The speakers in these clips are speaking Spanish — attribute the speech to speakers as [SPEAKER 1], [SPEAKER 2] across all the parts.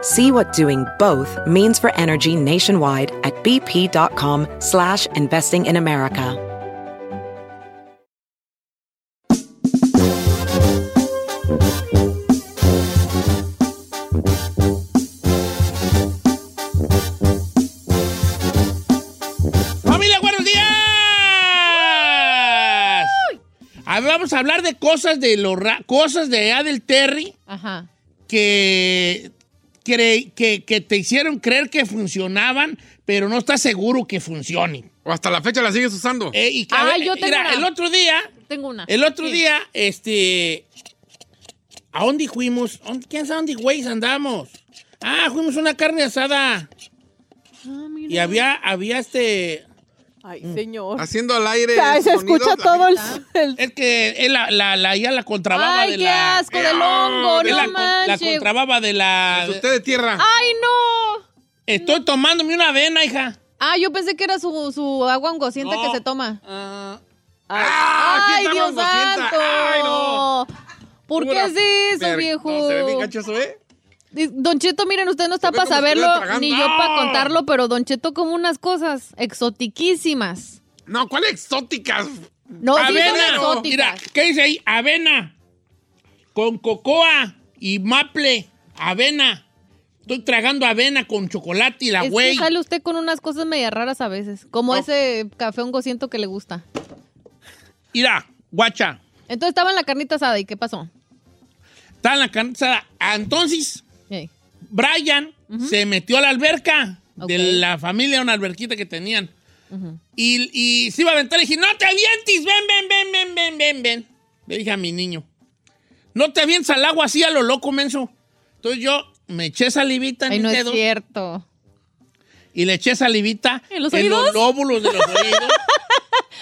[SPEAKER 1] See what doing both means for energy nationwide at bp.com slash investing in America.
[SPEAKER 2] ¡Familia, buenos días! A ver, Vamos a hablar de cosas de los ra- cosas de Adel Terry
[SPEAKER 3] Ajá.
[SPEAKER 2] que, cre- que, que te hicieron creer que funcionaban, pero no estás seguro que funcionen.
[SPEAKER 4] O hasta la fecha la sigues usando.
[SPEAKER 2] Eh, y que, a
[SPEAKER 3] Ah,
[SPEAKER 2] ver,
[SPEAKER 3] yo tengo
[SPEAKER 2] mira,
[SPEAKER 3] una.
[SPEAKER 2] el otro día,
[SPEAKER 3] Tengo una.
[SPEAKER 2] el otro
[SPEAKER 3] Sí.
[SPEAKER 2] día, este, ¿a dónde fuimos? ¿Dónde- ¿Quién sabe dónde güeyes andamos? Ah, fuimos a una carne asada
[SPEAKER 3] Ah, mira.
[SPEAKER 2] y había, había este,
[SPEAKER 5] Ay, señor.
[SPEAKER 4] Haciendo al aire.
[SPEAKER 5] O sea, se
[SPEAKER 4] esos sonidos,
[SPEAKER 5] escucha
[SPEAKER 4] la
[SPEAKER 5] todo el, el-
[SPEAKER 2] es que él la, la, la- ya la contrababa
[SPEAKER 3] Ay,
[SPEAKER 2] de
[SPEAKER 3] qué
[SPEAKER 2] la...
[SPEAKER 3] asco del hongo,
[SPEAKER 2] Es
[SPEAKER 3] no
[SPEAKER 2] la, la
[SPEAKER 3] manches.
[SPEAKER 2] contrababa de la.
[SPEAKER 4] gente- Pues Usted de tierra.
[SPEAKER 3] Ay, no.
[SPEAKER 2] Estoy tomándome una avena, hija.
[SPEAKER 3] Ah, yo pensé que era su, su agua angosienta
[SPEAKER 2] No.
[SPEAKER 3] que se toma.
[SPEAKER 2] Ah,
[SPEAKER 4] ¡Ah!
[SPEAKER 3] Ay,
[SPEAKER 4] Aquí
[SPEAKER 3] Dios
[SPEAKER 4] estamos, 200.
[SPEAKER 3] santo.
[SPEAKER 4] ¡Ay, no!
[SPEAKER 3] ¿Por qué
[SPEAKER 4] Pura
[SPEAKER 3] es eso,
[SPEAKER 4] verga.
[SPEAKER 3] viejo?
[SPEAKER 4] No, se ve bien gacho eso, ¿eh?
[SPEAKER 3] Dice, Don Cheto, miren, usted no está
[SPEAKER 4] Se ve
[SPEAKER 3] para
[SPEAKER 4] como si estuviera
[SPEAKER 3] saberlo,
[SPEAKER 4] tragando.
[SPEAKER 3] ni yo para
[SPEAKER 4] ¡Ah!
[SPEAKER 3] contarlo, pero Don Cheto como unas cosas exotiquísimas.
[SPEAKER 4] No, ¿cuál exóticas?
[SPEAKER 3] No, Oh, sí son
[SPEAKER 2] avena. Mira,
[SPEAKER 3] exóticas.
[SPEAKER 2] ¿qué dice ahí? Avena. Con cocoa y maple. Avena. Estoy tragando avena con chocolate y la
[SPEAKER 3] es
[SPEAKER 2] güey.
[SPEAKER 3] que sale usted con unas cosas medio raras a veces, como ese café hongosiento que le gusta.
[SPEAKER 2] Mira, guacha.
[SPEAKER 3] Entonces estaba en la carnita asada, ¿y qué pasó?
[SPEAKER 2] Está en la canasta. Entonces,
[SPEAKER 3] Ey.
[SPEAKER 2] Brian se metió a la alberca
[SPEAKER 3] Ok.
[SPEAKER 2] de la familia, una alberquita que tenían. y, y se iba a aventar y dije, no te avientes, ven, ven, ven, ven, ven, ven, ven. Le dije a mi niño, no te avientes al agua así a lo loco, menso. Entonces yo me eché salivita en
[SPEAKER 3] Ay, no
[SPEAKER 2] mis
[SPEAKER 3] es
[SPEAKER 2] dedos
[SPEAKER 3] cierto.
[SPEAKER 2] y le eché salivita
[SPEAKER 3] ¿En los
[SPEAKER 2] los
[SPEAKER 3] oídos?
[SPEAKER 2] lóbulos de los oídos,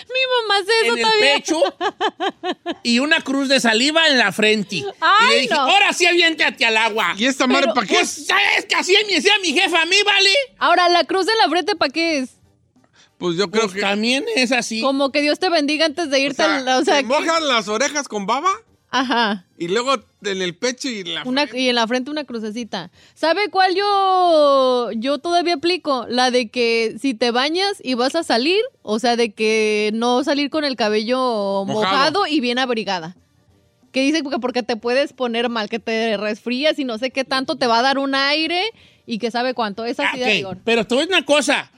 [SPEAKER 3] Mi mamá hace eso
[SPEAKER 2] en el
[SPEAKER 3] todavía.
[SPEAKER 2] pecho y una cruz de saliva en la frente. y le
[SPEAKER 3] Ay,
[SPEAKER 2] dije,
[SPEAKER 3] no.
[SPEAKER 2] ahora sí aviéntate al agua.
[SPEAKER 4] ¿Y esta madre para qué?
[SPEAKER 2] Pues, ¿sabes que así me decía mi jefa a mí, vale?
[SPEAKER 3] Ahora, la cruz de la brete, ¿para qué es?
[SPEAKER 4] Pues yo creo
[SPEAKER 2] Pues
[SPEAKER 4] que.
[SPEAKER 2] también es así.
[SPEAKER 3] Como que Dios te bendiga antes de
[SPEAKER 4] o
[SPEAKER 3] irte
[SPEAKER 4] sea,
[SPEAKER 3] al- o sea,
[SPEAKER 4] te
[SPEAKER 3] que-
[SPEAKER 4] mojas las orejas con baba
[SPEAKER 3] Ajá.
[SPEAKER 4] y luego en el pecho y la.
[SPEAKER 3] Una, y en la frente una crucecita. ¿Sabe cuál yo, yo todavía aplico? La de que si te bañas y vas a salir, o sea, de que no salir con el cabello mojado, y bien abrigada. Que dice que porque te puedes poner mal, que te resfrías y no sé qué tanto te va a dar un aire y que sabe cuánto. Es así
[SPEAKER 2] Ah,
[SPEAKER 3] de
[SPEAKER 2] ok,
[SPEAKER 3] rigor.
[SPEAKER 2] Pero te voy a decir una cosa.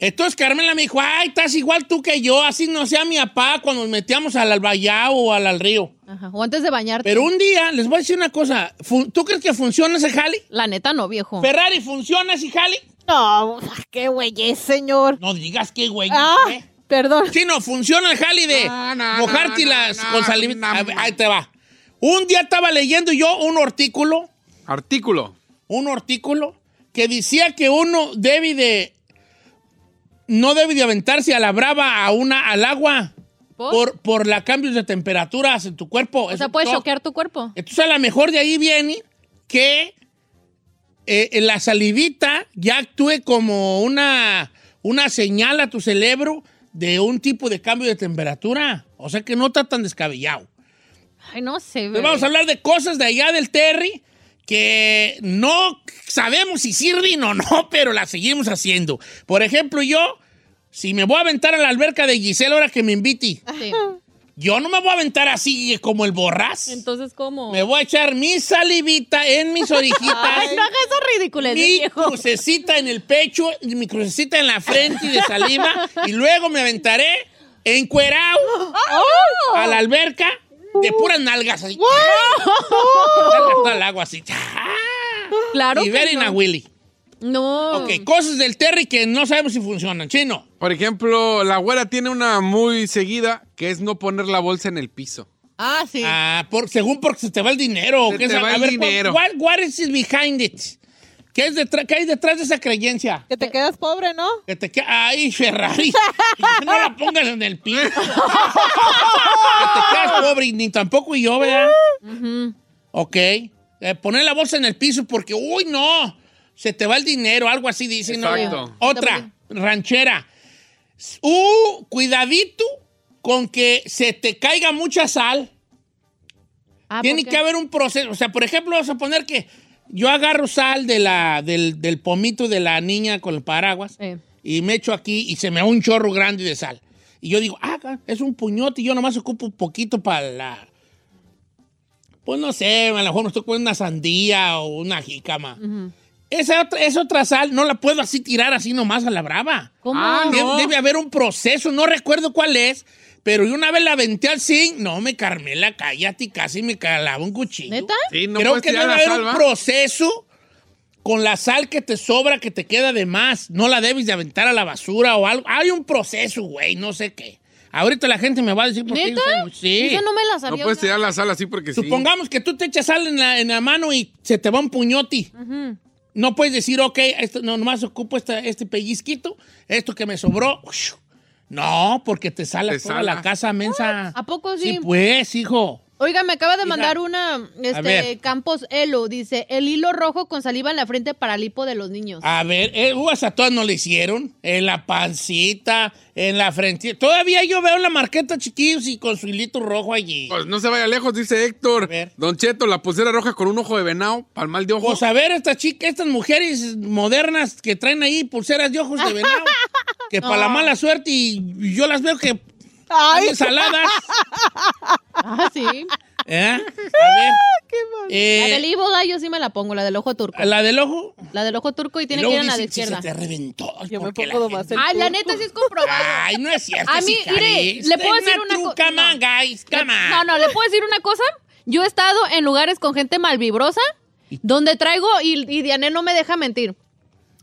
[SPEAKER 2] Entonces Carmela me dijo, ay, estás igual tú que yo, así no sea mi papá cuando nos metíamos al albayao o al, al río.
[SPEAKER 3] Ajá. O antes de bañarte.
[SPEAKER 2] Pero un día, les voy a decir una cosa, Fu- ¿tú crees que funciona ese jali?
[SPEAKER 3] La neta no, viejo.
[SPEAKER 2] ¿Ferrari funciona ese jali?
[SPEAKER 5] No, qué güey es, señor.
[SPEAKER 2] No digas qué güey.
[SPEAKER 5] Ah,
[SPEAKER 2] ¿eh?
[SPEAKER 5] perdón.
[SPEAKER 2] Chino, funciona el jali de
[SPEAKER 4] No, no,
[SPEAKER 2] mojarte
[SPEAKER 4] no,
[SPEAKER 2] las
[SPEAKER 4] no,
[SPEAKER 2] con
[SPEAKER 4] no,
[SPEAKER 2] saliva.
[SPEAKER 4] no.
[SPEAKER 2] A ver, Ahí te va. Un día estaba leyendo yo un artículo
[SPEAKER 4] Artículo.
[SPEAKER 2] un artículo que decía que uno debe de no debe de aventarse a la brava a una al agua
[SPEAKER 3] ¿Por?
[SPEAKER 2] por por la cambios de temperaturas en tu cuerpo.
[SPEAKER 3] o
[SPEAKER 2] Eso
[SPEAKER 3] sea, puedes
[SPEAKER 2] todo.
[SPEAKER 3] choquear tu cuerpo.
[SPEAKER 2] Entonces a lo mejor de ahí viene que eh, eh, la salivita ya actúe como una una señal a tu cerebro de un tipo de cambio de temperatura. O sea que no está tan descabellado.
[SPEAKER 3] Ay, no sé,
[SPEAKER 2] Pues
[SPEAKER 3] bebé.
[SPEAKER 2] vamos a hablar de cosas de allá del Terry que no sabemos si sirven o no, pero las seguimos haciendo. Por ejemplo, yo, si me voy a aventar a la alberca de Giselle ahora que me invite,
[SPEAKER 3] Sí.
[SPEAKER 2] yo no me voy a aventar así como el borras.
[SPEAKER 3] Entonces, ¿cómo?
[SPEAKER 2] me voy a echar mi salivita en mis orejitas,
[SPEAKER 3] Ay, no hagas eso ridículo,
[SPEAKER 2] mi
[SPEAKER 3] viejo.
[SPEAKER 2] crucecita en el pecho, mi crucecita en la frente y de saliva, y luego me aventaré encuerado
[SPEAKER 3] ¡Oh!
[SPEAKER 2] Oh, a la alberca de puras nalgas así.
[SPEAKER 3] ¡Oh!
[SPEAKER 2] Nalgas al agua así.
[SPEAKER 3] Claro.
[SPEAKER 2] y
[SPEAKER 3] que
[SPEAKER 2] ver a
[SPEAKER 3] no.
[SPEAKER 2] Willy.
[SPEAKER 3] No.
[SPEAKER 2] Ok,
[SPEAKER 4] Mm.
[SPEAKER 2] cosas del Terry que no sabemos si funcionan. Chino.
[SPEAKER 4] Por ejemplo, la güera tiene una muy seguida que es no poner la bolsa en el piso.
[SPEAKER 3] Ah, sí.
[SPEAKER 2] Ah, por, según porque se te va el dinero.
[SPEAKER 4] Se
[SPEAKER 2] ¿qué es?
[SPEAKER 4] te va
[SPEAKER 2] A
[SPEAKER 4] el
[SPEAKER 2] ver,
[SPEAKER 4] dinero.
[SPEAKER 2] What, what is it behind it? ¿Qué, es detrás, qué hay detrás de esa creencia?
[SPEAKER 5] Que te quedas pobre, ¿no?
[SPEAKER 2] Que te que- ¡Ay, Ferrari! Que no la pongas en el piso. que te quedas pobre, y ni tampoco yo, ¿verdad? Ok. Eh, poner la bolsa en el piso porque, uy, no, se te va el dinero, algo así dice. ¿no?
[SPEAKER 4] Exacto.
[SPEAKER 2] Otra, ranchera. Uh, cuidadito con que se te caiga mucha sal.
[SPEAKER 3] Ah,
[SPEAKER 2] Tiene
[SPEAKER 3] ¿por qué?
[SPEAKER 2] que haber un proceso. O sea, por ejemplo, vamos a poner que yo agarro sal de la, del, del pomito de la niña con el paraguas
[SPEAKER 3] Eh.
[SPEAKER 2] y me echo aquí y se me da un chorro grande de sal. Y yo digo, ah, ca- es un puñote y yo nomás ocupo un poquito para la... Pues no sé, a lo mejor me estoy comiendo una sandía o una jícama. Esa otra, esa otra sal no la puedo así tirar así nomás a la brava.
[SPEAKER 3] ¿Cómo?
[SPEAKER 4] Ah,
[SPEAKER 2] Debe,
[SPEAKER 4] no.
[SPEAKER 2] debe haber un proceso, no recuerdo cuál es, pero yo una vez la aventé al zinc, no, me Carmela, cállate, casi me calaba un cuchillo.
[SPEAKER 3] ¿Neta?
[SPEAKER 4] Sí, no
[SPEAKER 2] Creo
[SPEAKER 4] puedes
[SPEAKER 2] que debe
[SPEAKER 4] tirar la
[SPEAKER 2] haber
[SPEAKER 4] sal,
[SPEAKER 2] un
[SPEAKER 4] ¿va?
[SPEAKER 2] proceso con la sal que te sobra, que te queda de más. No la debes de aventar a la basura o algo. Hay un proceso, güey, no sé qué. Ahorita la gente me va a decir por qué yo
[SPEAKER 3] ¿Neta?
[SPEAKER 2] soy muy- Sí.
[SPEAKER 3] Eso no me la
[SPEAKER 4] No
[SPEAKER 3] sabía.
[SPEAKER 4] puedes
[SPEAKER 3] oiga.
[SPEAKER 4] tirar la sal así porque Pues sí.
[SPEAKER 2] Supongamos que tú te echas sal en la, en la mano y se te va un puñoti. No puedes decir, ok, esto, no, nomás ocupo esta- este pellizquito, esto que me sobró. Ush. No, porque te sala
[SPEAKER 4] Te
[SPEAKER 2] toda
[SPEAKER 4] sala.
[SPEAKER 2] la casa mensa.
[SPEAKER 3] ¿A poco
[SPEAKER 2] Sí,
[SPEAKER 3] sí?
[SPEAKER 2] pues, hijo.
[SPEAKER 3] Oiga, me acaba de
[SPEAKER 2] Hija.
[SPEAKER 3] mandar una,
[SPEAKER 2] ver.
[SPEAKER 3] este, Campos Elo, dice, el hilo rojo con saliva en la frente para el hipo de los niños.
[SPEAKER 2] A ver, eh, uvas a todas no le hicieron. En la pancita, en la frente. Todavía yo veo la marqueta chiquillos y con su hilito rojo allí.
[SPEAKER 4] Pues no se vaya lejos, dice
[SPEAKER 2] A
[SPEAKER 4] Héctor.
[SPEAKER 2] ver.
[SPEAKER 4] Don Cheto, la pulsera roja con un ojo de venado, pal mal de ojo.
[SPEAKER 2] Pues a ver, estas chicas, estas mujeres modernas que traen ahí pulseras de ojos de venado, que para la mala suerte y yo las veo que
[SPEAKER 5] Ay,
[SPEAKER 2] andan saladas.
[SPEAKER 3] Ah, sí.
[SPEAKER 2] ¿Eh? A ver.
[SPEAKER 3] La
[SPEAKER 2] eh,
[SPEAKER 3] del Iboda yo sí me la pongo, la del ojo turco.
[SPEAKER 2] la del ojo.
[SPEAKER 3] La del ojo turco y tiene
[SPEAKER 2] Y
[SPEAKER 3] que
[SPEAKER 2] luego
[SPEAKER 3] ir a la de
[SPEAKER 2] dicen, "Sí,
[SPEAKER 3] izquierda.
[SPEAKER 2] se te reventó.
[SPEAKER 5] yo me
[SPEAKER 2] ¿por qué la
[SPEAKER 5] pongo
[SPEAKER 2] gente
[SPEAKER 5] más el
[SPEAKER 3] Ay, la
[SPEAKER 5] turco.
[SPEAKER 3] neta sí es comprobado.
[SPEAKER 2] Ay, no es cierto.
[SPEAKER 3] A mí,
[SPEAKER 2] Sicari.
[SPEAKER 3] mire,
[SPEAKER 2] Es
[SPEAKER 3] le puedo decir una
[SPEAKER 2] true,
[SPEAKER 3] cosa.
[SPEAKER 2] Come
[SPEAKER 3] No.
[SPEAKER 2] on, guys, come on.
[SPEAKER 3] No, no, ¿le puedo decir una cosa? Yo he estado en lugares con gente malvibrosa, donde traigo, y, y Diané no me deja mentir.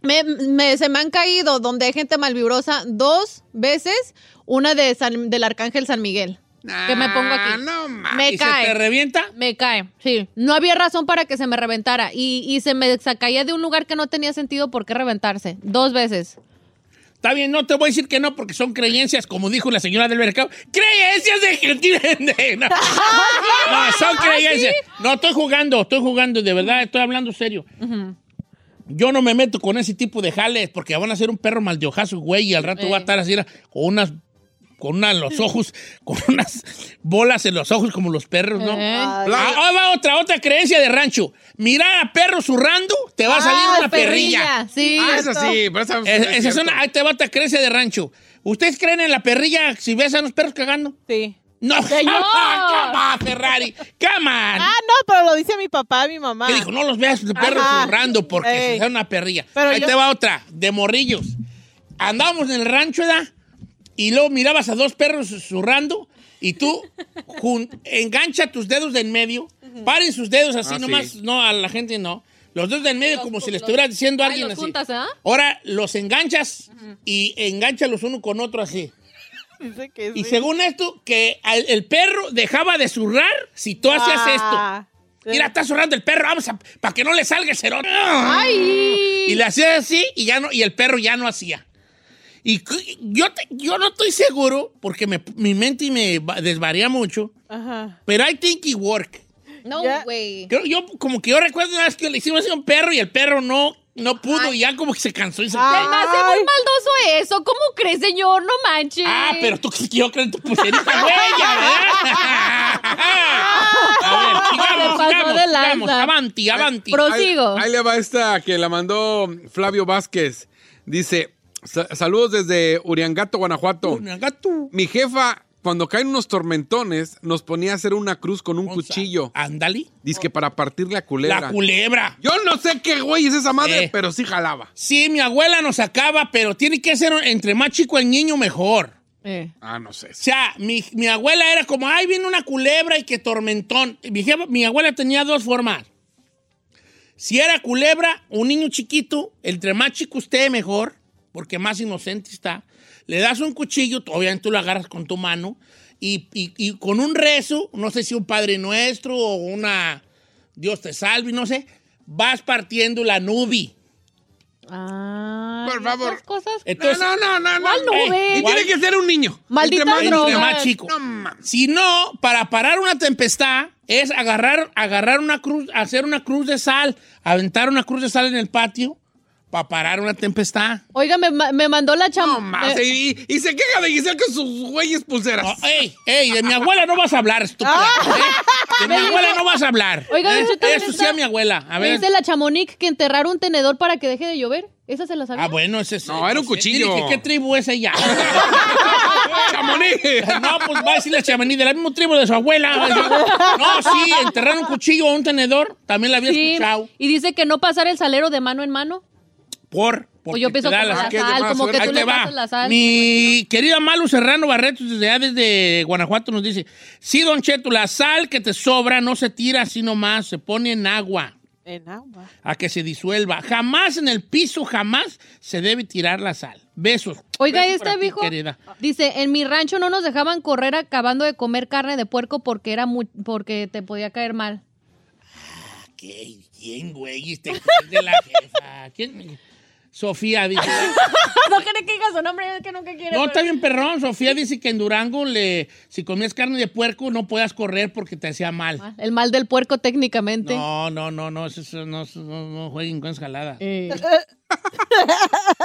[SPEAKER 3] Me- me- se me han caído donde hay gente malvibrosa dos veces, una de San- del Arcángel San Miguel. que me pongo
[SPEAKER 4] Ah,
[SPEAKER 3] aquí.
[SPEAKER 4] no mames.
[SPEAKER 3] me
[SPEAKER 2] ¿Y se te
[SPEAKER 3] cae.
[SPEAKER 2] revienta?
[SPEAKER 3] Me cae, sí. No había razón para que se me reventara. Y, y se me sa- caía de un lugar que no tenía sentido por qué reventarse. Dos veces.
[SPEAKER 2] Está bien, no te voy a decir que no, porque son creencias, como dijo la señora del mercado, creencias de gente. No, No, son creencias. No, estoy jugando, estoy jugando, de verdad, estoy hablando serio. Yo no me meto con ese tipo de jales, porque van a ser un perro mal de ojazo, güey, y al rato va a estar así, era, con unas, con unas, los ojos, con unas bolas en los ojos, como los perros, ¿no?
[SPEAKER 3] Eh.
[SPEAKER 5] Ay.
[SPEAKER 4] La-
[SPEAKER 2] Ah, ahí va otra, otra creencia de rancho. Mirar a perro zurrando, te va a salir
[SPEAKER 5] Ah,
[SPEAKER 2] una perrilla.
[SPEAKER 3] Sí.
[SPEAKER 4] Ah, esa sí, pero esa,
[SPEAKER 2] Es-
[SPEAKER 4] es
[SPEAKER 2] esa es
[SPEAKER 4] cierto.
[SPEAKER 2] una, ahí te va otra creencia de rancho. ¿Ustedes creen en la perrilla si ves a los perros cagando?
[SPEAKER 5] Sí.
[SPEAKER 2] No,
[SPEAKER 3] Señor.
[SPEAKER 2] ¡Cama, Ferrari! ¡Cama!
[SPEAKER 5] Ah, no, pero lo dice mi papá y mi mamá.
[SPEAKER 2] Que dijo, no los veas los perros
[SPEAKER 5] Ah. Ajá.
[SPEAKER 2] zurrando porque
[SPEAKER 5] Ey.
[SPEAKER 2] se da una perrilla.
[SPEAKER 5] Pero
[SPEAKER 2] Ahí
[SPEAKER 5] yo-
[SPEAKER 2] te va otra, de morrillos. Andábamos en el rancho, ¿verdad? Y luego mirabas a dos perros zurrando y tú jun- engancha tus dedos de en medio, paren sus dedos así
[SPEAKER 4] Ah,
[SPEAKER 2] nomás,
[SPEAKER 4] sí.
[SPEAKER 2] no, a la gente no. Los dedos de en medio como si le estuvieras diciendo a
[SPEAKER 3] Ay,
[SPEAKER 2] alguien
[SPEAKER 3] los
[SPEAKER 2] así.
[SPEAKER 3] juntas, ¿ah?
[SPEAKER 2] Ahora los enganchas y enganchalos uno con otro así.
[SPEAKER 5] Dice que
[SPEAKER 2] Y
[SPEAKER 5] sí.
[SPEAKER 2] según esto, que al- el perro dejaba de zurrar si tú hacías esto.
[SPEAKER 5] Ah.
[SPEAKER 2] Mira, está zurrando el perro, vamos, para que no le salga el cerón.
[SPEAKER 3] Ay.
[SPEAKER 2] Y le hacías así y, ya no, y el perro ya no hacía. Y cu- yo, te- yo no estoy seguro, porque me- mi mente me va- desvaría mucho,
[SPEAKER 5] Ajá.
[SPEAKER 2] pero I think it work.
[SPEAKER 3] No,
[SPEAKER 5] Ya.
[SPEAKER 3] güey.
[SPEAKER 2] Creo- yo, como que yo recuerdo una vez que le hicimos a un perro y el perro no, no pudo, y ya como que se cansó y se
[SPEAKER 5] Ah.
[SPEAKER 2] fue.
[SPEAKER 3] Me hace muy maldoso eso. ¿Cómo crees, señor? No manches.
[SPEAKER 2] Ah, pero tú crees que yo creo en tu pulserita, güey, ya, ¿verdad? A ver, sigamos,
[SPEAKER 3] Se pasó
[SPEAKER 2] sigamos,
[SPEAKER 3] de lanza.
[SPEAKER 2] sigamos. Avanti, avanti.
[SPEAKER 3] Pro-
[SPEAKER 4] Ahí-
[SPEAKER 3] Prosigo.
[SPEAKER 4] Ahí, le va esta que la mandó Flavio Vázquez. Dice, "Sa- saludos desde Uriangato, Guanajuato.
[SPEAKER 2] Una gato.
[SPEAKER 4] Mi jefa, cuando caen unos tormentones, nos ponía a hacer una cruz con un cuchillo.
[SPEAKER 2] Ándale.
[SPEAKER 4] Dice que para partir la culebra.
[SPEAKER 2] Ah. La culebra. Eh.
[SPEAKER 4] Yo no sé qué güey es esa madre,
[SPEAKER 2] Sí.
[SPEAKER 4] pero sí jalaba.
[SPEAKER 2] Sí, mi abuela nos sacaba, pero tiene que ser entre más chico el niño mejor.
[SPEAKER 3] Eh.
[SPEAKER 4] Ah, no sé.
[SPEAKER 2] O sea, mi, mi abuela era como, ay, viene una culebra y que tormentón. Mi, jefa- mi abuela tenía dos formas. Si era culebra, un niño chiquito, entre más chico usted, mejor, porque más inocente está. Le das un cuchillo, obviamente tú lo agarras con tu mano, y, y- y con un rezo, no sé si un Padre Nuestro o una Dios te salve, no sé, vas partiendo la nube.
[SPEAKER 3] Ah,
[SPEAKER 4] Por
[SPEAKER 3] y
[SPEAKER 4] favor.
[SPEAKER 3] esas cosas.
[SPEAKER 2] Entonces,
[SPEAKER 4] no, no, no, no.
[SPEAKER 3] ¿Cuál
[SPEAKER 4] no.
[SPEAKER 3] no
[SPEAKER 2] eh,
[SPEAKER 3] ves?
[SPEAKER 4] Y tiene que ser un niño.
[SPEAKER 3] Maldita
[SPEAKER 4] Entre más-
[SPEAKER 2] Entre
[SPEAKER 3] droga.
[SPEAKER 2] más chico.
[SPEAKER 4] No mames.
[SPEAKER 2] Si no, para parar una tempestad es agarrar, agarrar una cruz, hacer una cruz de sal, aventar una cruz de sal en el patio para parar una tempestad.
[SPEAKER 3] Oiga, me, ma- me mandó la chamba.
[SPEAKER 4] No mames.
[SPEAKER 2] Eh.
[SPEAKER 4] Y, y se queja de Giselle con sus güeyes pulseras.
[SPEAKER 2] Oh, ¡Ey! ¡Ey! De mi abuela no vas a hablar, estúpida. ¿eh? De mi abuela no vas a hablar.
[SPEAKER 3] Ah. Oiga,
[SPEAKER 2] ¿eh?
[SPEAKER 3] Don Cheto,
[SPEAKER 2] Eso
[SPEAKER 3] ¿me
[SPEAKER 2] sí
[SPEAKER 3] está-
[SPEAKER 2] a mi abuela. A
[SPEAKER 3] Me
[SPEAKER 2] ver.
[SPEAKER 3] dice la chamonique que enterrar un tenedor para que deje de llover. ¿Esa se la sabía?
[SPEAKER 2] Ah, bueno, ese es.
[SPEAKER 4] No, era un
[SPEAKER 2] ese-
[SPEAKER 4] cuchillo.
[SPEAKER 2] Dile que ¿Qué tribu es ella?
[SPEAKER 4] ¡Chamoní!
[SPEAKER 2] eh, No, pues va a decir la chamaní de la misma tribu de su abuela. Va a decir, No, sí, enterrar un cuchillo o un tenedor. También la había
[SPEAKER 3] Sí.
[SPEAKER 2] escuchado.
[SPEAKER 3] Y dice que no pasar el salero de mano en mano.
[SPEAKER 2] Por. porque
[SPEAKER 3] O Pues yo
[SPEAKER 2] te
[SPEAKER 3] pienso
[SPEAKER 2] da
[SPEAKER 3] como
[SPEAKER 2] la-
[SPEAKER 3] la
[SPEAKER 4] que es de
[SPEAKER 3] sal,
[SPEAKER 4] mala
[SPEAKER 3] como que
[SPEAKER 4] suerte.
[SPEAKER 2] Ahí
[SPEAKER 3] tú
[SPEAKER 2] te
[SPEAKER 3] le
[SPEAKER 2] va.
[SPEAKER 3] pasas la sal.
[SPEAKER 2] Mi querida Malu Serrano Barretos, desde allá, desde Guanajuato, nos dice: Sí, Don Cheto, la sal que te sobra no se tira así nomás, se pone en agua
[SPEAKER 5] En agua.
[SPEAKER 2] a que se disuelva. Jamás en el piso, jamás se debe tirar la sal. Besos.
[SPEAKER 3] Oiga,
[SPEAKER 2] Besos
[SPEAKER 3] este
[SPEAKER 2] para ti,
[SPEAKER 3] viejo
[SPEAKER 2] querida.
[SPEAKER 3] dice, en mi rancho no nos dejaban correr acabando de comer carne de puerco porque era mu- porque te podía caer mal.
[SPEAKER 2] ¿Qué? ¿Quién, güey? Este güey de la jefa. ¿Quién? Sofía dice.
[SPEAKER 3] no quiere que diga su nombre, es que nunca quiere.
[SPEAKER 2] No, está bien perrón. Sofía dice que en Durango, le, si comías carne de puerco, no podías correr porque te hacía mal.
[SPEAKER 3] El mal del puerco técnicamente.
[SPEAKER 2] No, no, no, no, eso, eso- no, eso- no, no jueguen con escalada.
[SPEAKER 3] Eh,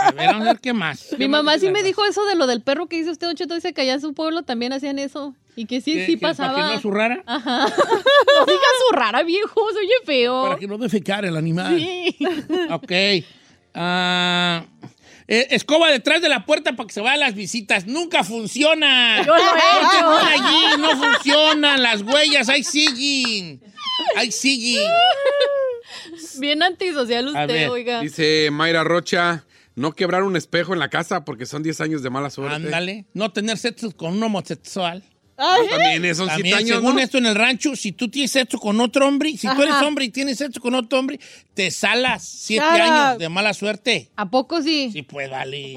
[SPEAKER 2] A ver, vamos a ver qué más.
[SPEAKER 3] mi mamá sí me dijo eso de lo del perro que dice usted, Don Cheto, dice que allá en su pueblo también hacían eso. Y que sí,
[SPEAKER 2] que,
[SPEAKER 3] sí
[SPEAKER 2] que Para
[SPEAKER 3] pasaba.
[SPEAKER 2] que no zurrara,
[SPEAKER 3] Ajá. no digas su rara, viejo, soy oye
[SPEAKER 2] para
[SPEAKER 3] feo.
[SPEAKER 2] que no defecara el animal.
[SPEAKER 3] Sí.
[SPEAKER 2] Ok. Ah, eh, escoba detrás de la puerta para que se vayan las visitas. Nunca funciona.
[SPEAKER 3] Yo lo he
[SPEAKER 2] Porque
[SPEAKER 3] hecho.
[SPEAKER 2] van allí, no funcionan las huellas. Ahí siguen. Ahí siguen.
[SPEAKER 3] Bien antisocial usted,
[SPEAKER 2] ver,
[SPEAKER 3] oiga.
[SPEAKER 4] Dice Mayra Rocha, no quebrar un espejo en la casa porque son 10 años de mala suerte.
[SPEAKER 2] Ándale. No tener sexo con un homosexual.
[SPEAKER 5] Ay,
[SPEAKER 4] También eh, son 7
[SPEAKER 2] También,
[SPEAKER 4] años,
[SPEAKER 2] según
[SPEAKER 4] ¿no?
[SPEAKER 2] esto en el rancho, si tú tienes sexo con otro hombre, si tú eres hombre y tienes sexo con otro hombre, te salas siete
[SPEAKER 5] Shut
[SPEAKER 2] años
[SPEAKER 5] up.
[SPEAKER 2] de mala suerte.
[SPEAKER 3] ¿A poco sí?
[SPEAKER 2] Sí, pues vale.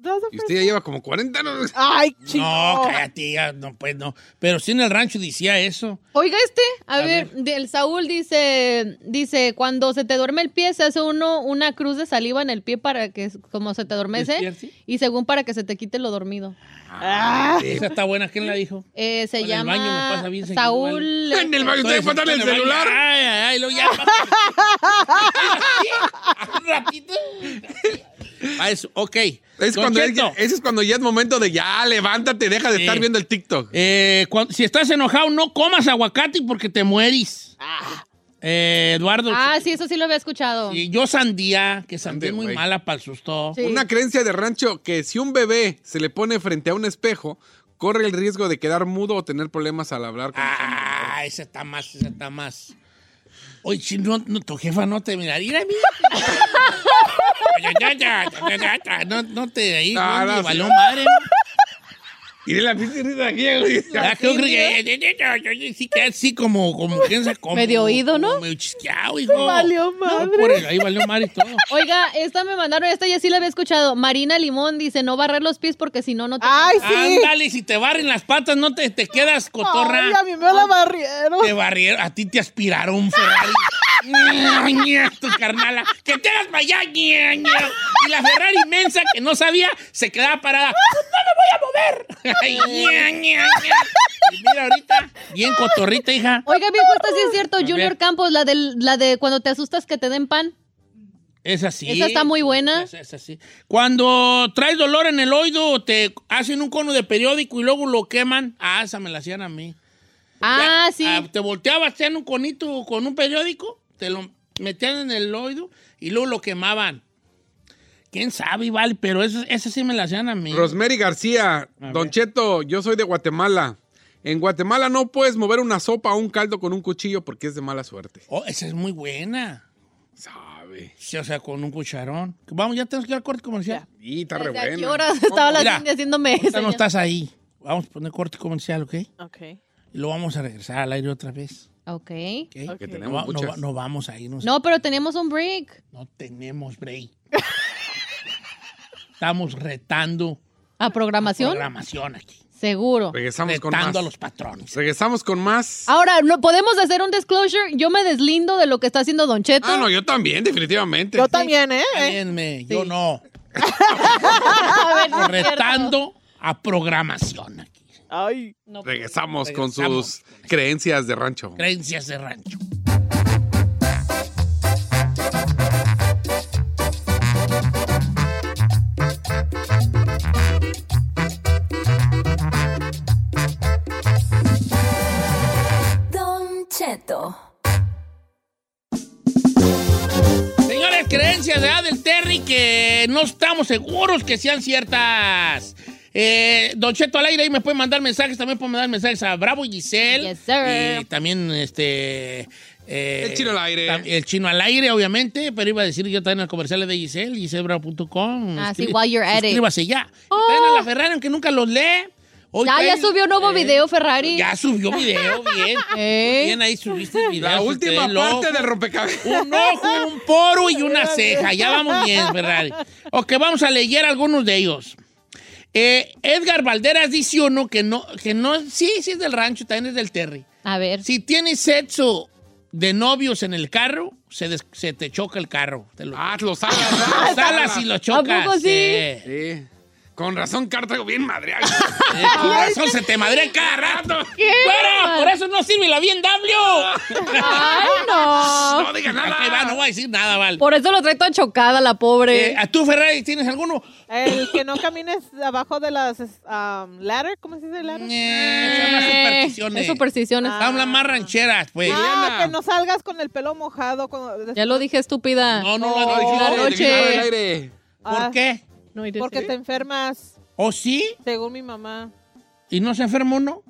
[SPEAKER 5] that's the
[SPEAKER 4] Y
[SPEAKER 5] first-
[SPEAKER 4] usted ya lleva como 40 ¿no?
[SPEAKER 5] ¿eh? Ay, chico.
[SPEAKER 2] No, cállate, ya, no, pues no. Pero sí en el rancho decía eso.
[SPEAKER 3] Oiga este, a,
[SPEAKER 2] A
[SPEAKER 3] ver, del Saúl dice, dice, cuando se te duerme el pie, se hace uno una cruz de saliva en el pie para que, como se te adormece,
[SPEAKER 2] ¿Despierte?
[SPEAKER 3] y según para que se te quite lo dormido.
[SPEAKER 5] Ah,
[SPEAKER 2] Esa está buena, ¿quién la dijo?
[SPEAKER 3] Eh, se
[SPEAKER 2] En el
[SPEAKER 3] llama
[SPEAKER 2] baño me pasa bien seguido,
[SPEAKER 3] Saúl.
[SPEAKER 4] En el baño usted
[SPEAKER 2] Entonces,
[SPEAKER 4] guardan el
[SPEAKER 2] entonces,
[SPEAKER 4] celular.
[SPEAKER 2] Ay, ay, ay, lo ya. Un ratito. Ah, eso, ok.
[SPEAKER 4] Es
[SPEAKER 2] Don
[SPEAKER 4] cuando
[SPEAKER 2] Cheto,
[SPEAKER 4] es- ese es cuando ya es momento de ya, levántate, deja de
[SPEAKER 2] Sí.
[SPEAKER 4] estar viendo el TikTok.
[SPEAKER 2] eh, cuan- si estás enojado, no comas aguacate porque te mueres. Eh, Eduardo.
[SPEAKER 3] Ah, sí, eso sí lo había escuchado.
[SPEAKER 2] Sí, yo sandía, que sandía es muy
[SPEAKER 4] Ande, güey.
[SPEAKER 2] mala para el susto.
[SPEAKER 3] Sí.
[SPEAKER 4] Una creencia de rancho que si un bebé se le pone frente a un espejo, corre el riesgo de quedar mudo o tener problemas al hablar. con-
[SPEAKER 2] Ah, esa está más, esa está más. Oye, si no, no, tu jefa no te miraría a mí. Oye, ya, ya, ya, ya, ya, No, no te ahí,
[SPEAKER 4] No,
[SPEAKER 2] no,
[SPEAKER 4] no,
[SPEAKER 2] ni
[SPEAKER 4] sí.
[SPEAKER 2] valió madre. ¿no?
[SPEAKER 4] Y de la pinche risa aquí, güey.
[SPEAKER 2] Ya, que eh, yo creo que- yo- yo- yo- sí que así como, como quién sabe cómo.
[SPEAKER 3] Medio oído,
[SPEAKER 2] como
[SPEAKER 3] ¿no?
[SPEAKER 2] Medio chisqueado, hijo.
[SPEAKER 5] valió
[SPEAKER 2] No,
[SPEAKER 5] madre.
[SPEAKER 2] por el- ahí valió madre y todo.
[SPEAKER 3] Oiga, esta me mandaron, esta ya sí la había escuchado. Marina Limón dice, no barrer los pies porque si no, no te...
[SPEAKER 5] Ay, sí.
[SPEAKER 2] Ándale, si te barren las patas, no te, te quedas cotorra.
[SPEAKER 5] Ay, a mí me la barrieron.
[SPEAKER 2] Te barrieron, a ti te aspiraron Ferrari. Ña, Ña, tu carnala, que te hagas para allá. Ña, Ña. Y la Ferrari inmensa que no sabía se quedaba parada. ¡No me voy a mover! Ay, Ña, Ña, Ña. Y mira ahorita, bien cotorrita, hija.
[SPEAKER 3] Oiga, viejo, esta sí es cierto. Junior
[SPEAKER 2] ver.
[SPEAKER 3] Campos, la, del, la de cuando te asustas que te den pan.
[SPEAKER 2] Es así.
[SPEAKER 3] Esa está muy buena.
[SPEAKER 2] Es, es así. Cuando traes dolor en el oído, te hacen un cono de periódico y luego lo queman. Ah, esa me la hacían a mí.
[SPEAKER 3] Ah, sí.
[SPEAKER 2] Ah, te volteabas, tenían un conito con un periódico, te lo metían en el oído y luego lo quemaban. Quién sabe, vale, pero eso, eso sí me la hacían a mí.
[SPEAKER 4] Rosemary García,
[SPEAKER 2] A
[SPEAKER 4] Don
[SPEAKER 2] ver.
[SPEAKER 4] Cheto, yo soy de Guatemala. En Guatemala no puedes mover una sopa o un caldo con un cuchillo porque es de mala suerte.
[SPEAKER 2] Oh, esa es muy buena.
[SPEAKER 4] sabe.
[SPEAKER 2] Sí, o sea, con un cucharón. Vamos, ya tenemos que ir al corte comercial.
[SPEAKER 4] Y está re
[SPEAKER 3] ¿Desde a
[SPEAKER 4] buena.
[SPEAKER 3] qué hora estaba la
[SPEAKER 2] Mira,
[SPEAKER 3] gente haciéndome
[SPEAKER 2] Ahorita no
[SPEAKER 3] señas?
[SPEAKER 2] estás ahí. Vamos a poner corte comercial, ¿ok? Y
[SPEAKER 5] Ok.
[SPEAKER 2] luego vamos a regresar al aire otra vez.
[SPEAKER 3] Ok.
[SPEAKER 2] ¿ok?
[SPEAKER 4] Que
[SPEAKER 5] Ok.
[SPEAKER 2] No,
[SPEAKER 4] tenemos
[SPEAKER 2] va- no va-
[SPEAKER 4] muchas.
[SPEAKER 2] no vamos a irnos. No.
[SPEAKER 3] No, pero tenemos un break.
[SPEAKER 2] tenemos break. Estamos retando
[SPEAKER 3] ¿A programación?
[SPEAKER 2] programación aquí.
[SPEAKER 3] Seguro.
[SPEAKER 4] Regresamos con más.
[SPEAKER 2] retando a los patrones.
[SPEAKER 4] Regresamos con más.
[SPEAKER 5] Ah,
[SPEAKER 3] Ahora, ¿no podemos hacer un disclosure? Yo me deslindo de lo que está haciendo Don Cheto.
[SPEAKER 4] Ah, no, yo también, definitivamente.
[SPEAKER 5] Yo también, ¿eh?
[SPEAKER 2] Cállenme, yo
[SPEAKER 3] Sí.
[SPEAKER 2] no. retando a programación aquí.
[SPEAKER 5] Ay.
[SPEAKER 4] Regresamos con
[SPEAKER 2] Regresamos.
[SPEAKER 4] sus creencias de rancho.
[SPEAKER 2] Creencias de rancho.
[SPEAKER 6] Don Cheto.
[SPEAKER 2] Señores, creencias de Adel Terry que no estamos seguros que sean ciertas. Eh, Don Cheto al aire ahí me pueden mandar mensajes, también pueden mandar mensajes a Bravo y Giselle.
[SPEAKER 3] Yes, sir.
[SPEAKER 2] Y también este... eh,
[SPEAKER 4] El chino al aire.
[SPEAKER 2] tam- El chino al aire, obviamente, pero iba a decir yo también en los comerciales de Giselle, gisellebravo.com.
[SPEAKER 3] Ah, sí,
[SPEAKER 2] Escri-
[SPEAKER 3] while you're at it. Oh.
[SPEAKER 2] Suscríbase ya. Y también a la Ferrari, aunque nunca los lee. Hoy
[SPEAKER 3] Ya, ya
[SPEAKER 2] traen-
[SPEAKER 3] subió un nuevo video, Ferrari.
[SPEAKER 2] Eh, Pues Ya subió video, bien.
[SPEAKER 3] Ey.
[SPEAKER 2] Bien, ahí subiste el video.
[SPEAKER 4] ¿Eh? La
[SPEAKER 2] si
[SPEAKER 4] última
[SPEAKER 2] usted Uh. lo-
[SPEAKER 4] parte del rompecabezas.
[SPEAKER 2] un ojo, un poro y una ceja. Ya vamos bien, Ferrari. Ok, vamos a leer algunos de ellos. Eh, Edgar Valderas dice uno que no, que no, sí, sí es del rancho, también es del Terry.
[SPEAKER 3] A ver.
[SPEAKER 2] Si tienes sexo de novios en el carro, se, des- se te choca el carro. Te lo
[SPEAKER 4] Ah, lo salas. ah,
[SPEAKER 2] salas y lo chocas.
[SPEAKER 3] poco sí?
[SPEAKER 2] eh.
[SPEAKER 4] Sí. Con razón, carta bien madreado.
[SPEAKER 2] Eh, con razón se te madre cada rato. ¡Fuera! Por eso no sirve la BMW.
[SPEAKER 3] Ay,
[SPEAKER 5] Ah.
[SPEAKER 3] no.
[SPEAKER 4] No diga nada.
[SPEAKER 2] Ahí va, no voy a decir nada, vale.
[SPEAKER 3] Por eso lo trae toda chocada la pobre.
[SPEAKER 2] Eh, ¿A tú, Ferrari, tienes alguno?
[SPEAKER 5] El que no camines abajo de las um, ladder, ¿cómo se dice ladder?
[SPEAKER 2] Eh, son las supersticiones. Ah.
[SPEAKER 3] Es supersticiones.
[SPEAKER 2] Son las más rancheras, pues.
[SPEAKER 5] Ah, que no salgas con el pelo mojado. Con,
[SPEAKER 3] Ya lo dije, estúpida.
[SPEAKER 2] No, no, no,
[SPEAKER 4] Ay,
[SPEAKER 2] no.
[SPEAKER 4] dijiste,
[SPEAKER 3] noche.
[SPEAKER 4] dijiste al aire.
[SPEAKER 5] Ah,
[SPEAKER 2] ¿Por qué?
[SPEAKER 3] No, iré
[SPEAKER 5] Porque
[SPEAKER 3] a-
[SPEAKER 5] te enfermas,
[SPEAKER 2] ¿O sí?
[SPEAKER 5] según mi mamá.
[SPEAKER 2] ¿Y no se enferma uno?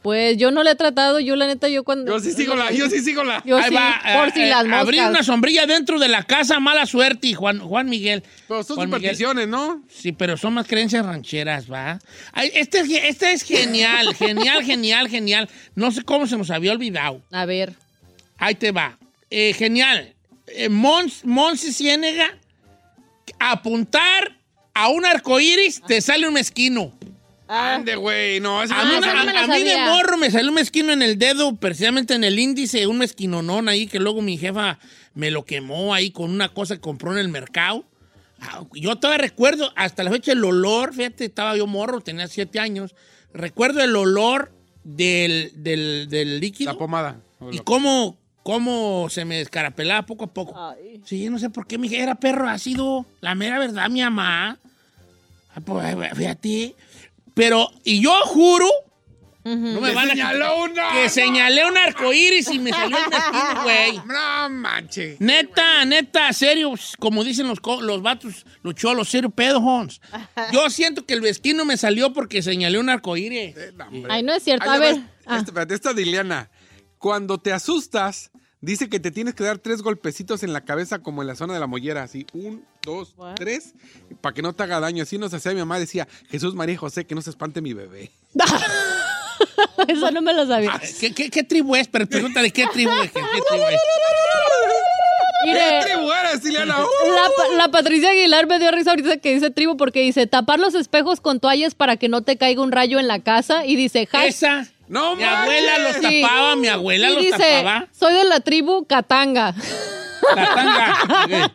[SPEAKER 3] Pues yo no le he tratado. Yo, la neta, yo cuando.
[SPEAKER 4] Yo sí sigo la, yo sí sigo la.
[SPEAKER 3] Yo sí, por
[SPEAKER 2] eh,
[SPEAKER 3] si
[SPEAKER 2] eh,
[SPEAKER 3] las moscas.
[SPEAKER 2] Abrir una sombrilla dentro de la casa, mala suerte, y Juan, Juan Miguel.
[SPEAKER 4] Pero son
[SPEAKER 2] Juan Miguel.
[SPEAKER 4] supersticiones, ¿no?
[SPEAKER 2] Sí, pero son más creencias rancheras, ¿va? Ay, este, es ge- este es genial, genial, genial, genial. No sé cómo se nos había olvidado.
[SPEAKER 3] A ver.
[SPEAKER 2] Ahí te va. Eh, genial. Eh, Mons, Monsi Ciénega, apuntar a un arcoíris te sale un mezquino.
[SPEAKER 4] Ande, güey, no. Eso
[SPEAKER 2] A
[SPEAKER 3] Ah,
[SPEAKER 2] mí,
[SPEAKER 4] no
[SPEAKER 3] esa
[SPEAKER 2] a-
[SPEAKER 3] no me la
[SPEAKER 2] a mí de
[SPEAKER 3] sabía.
[SPEAKER 2] morro me salió un mezquino en el dedo, precisamente en el índice, un mezquinonón ahí que luego mi jefa me lo quemó ahí con una cosa que compró en el mercado. Ah, Yo todavía recuerdo, hasta la fecha, el olor, fíjate, estaba yo morro, tenía siete años, recuerdo el olor del, del, del líquido
[SPEAKER 4] La pomada.
[SPEAKER 2] y cómo, cómo se me descarapelaba poco a poco.
[SPEAKER 5] Ay.
[SPEAKER 2] Sí, no sé por qué mi hija era perro ácido. La mera verdad, mi mamá. Ah, pues, fíjate. Pero, y yo juro, no me van a
[SPEAKER 4] señaló una.
[SPEAKER 2] que
[SPEAKER 4] no.
[SPEAKER 2] señalé un arcoíris y me salió el mezquino, güey.
[SPEAKER 4] No manche.
[SPEAKER 2] Neta, neta, serio, como dicen los, co- los vatos, los cholos, serio, pedo, Hons. Yo siento que el mezquino me salió porque señalé un arcoíris.
[SPEAKER 3] Ay, no es cierto.
[SPEAKER 4] Ahí le
[SPEAKER 3] A
[SPEAKER 4] va
[SPEAKER 3] ver.
[SPEAKER 4] este-
[SPEAKER 3] Ah,
[SPEAKER 4] este- espérate, esta de Ileana. Cuando te asustas, dice que te tienes que dar tres golpecitos en la cabeza, como en la zona de la mollera, así. Un, dos,
[SPEAKER 5] What?
[SPEAKER 4] tres, para que no te haga daño. Así nos hacía mi mamá, decía, Jesús, María y José, que no se espante mi bebé.
[SPEAKER 3] Ah. eso no me lo sabía.
[SPEAKER 2] ¿Qué, qué, qué tribu es? Pero pregúntale, ¿qué tribu es? ¿Qué tribu es?
[SPEAKER 4] ¡Qué
[SPEAKER 3] Mire,
[SPEAKER 4] tribu eres, Ileana!
[SPEAKER 3] La, pa- la Patricia Aguilar me dio risa ahorita que dice tribu porque dice tapar los espejos con toallas para que no te caiga un rayo en la casa y dice hash.
[SPEAKER 2] Esa.
[SPEAKER 4] ¡No
[SPEAKER 2] Mi abuela los
[SPEAKER 4] manches!
[SPEAKER 3] Sí.
[SPEAKER 2] tapaba, mi abuela
[SPEAKER 3] y
[SPEAKER 2] los
[SPEAKER 3] dice,
[SPEAKER 2] tapaba.
[SPEAKER 3] soy de la tribu Katanga.
[SPEAKER 2] La tanga. Ok.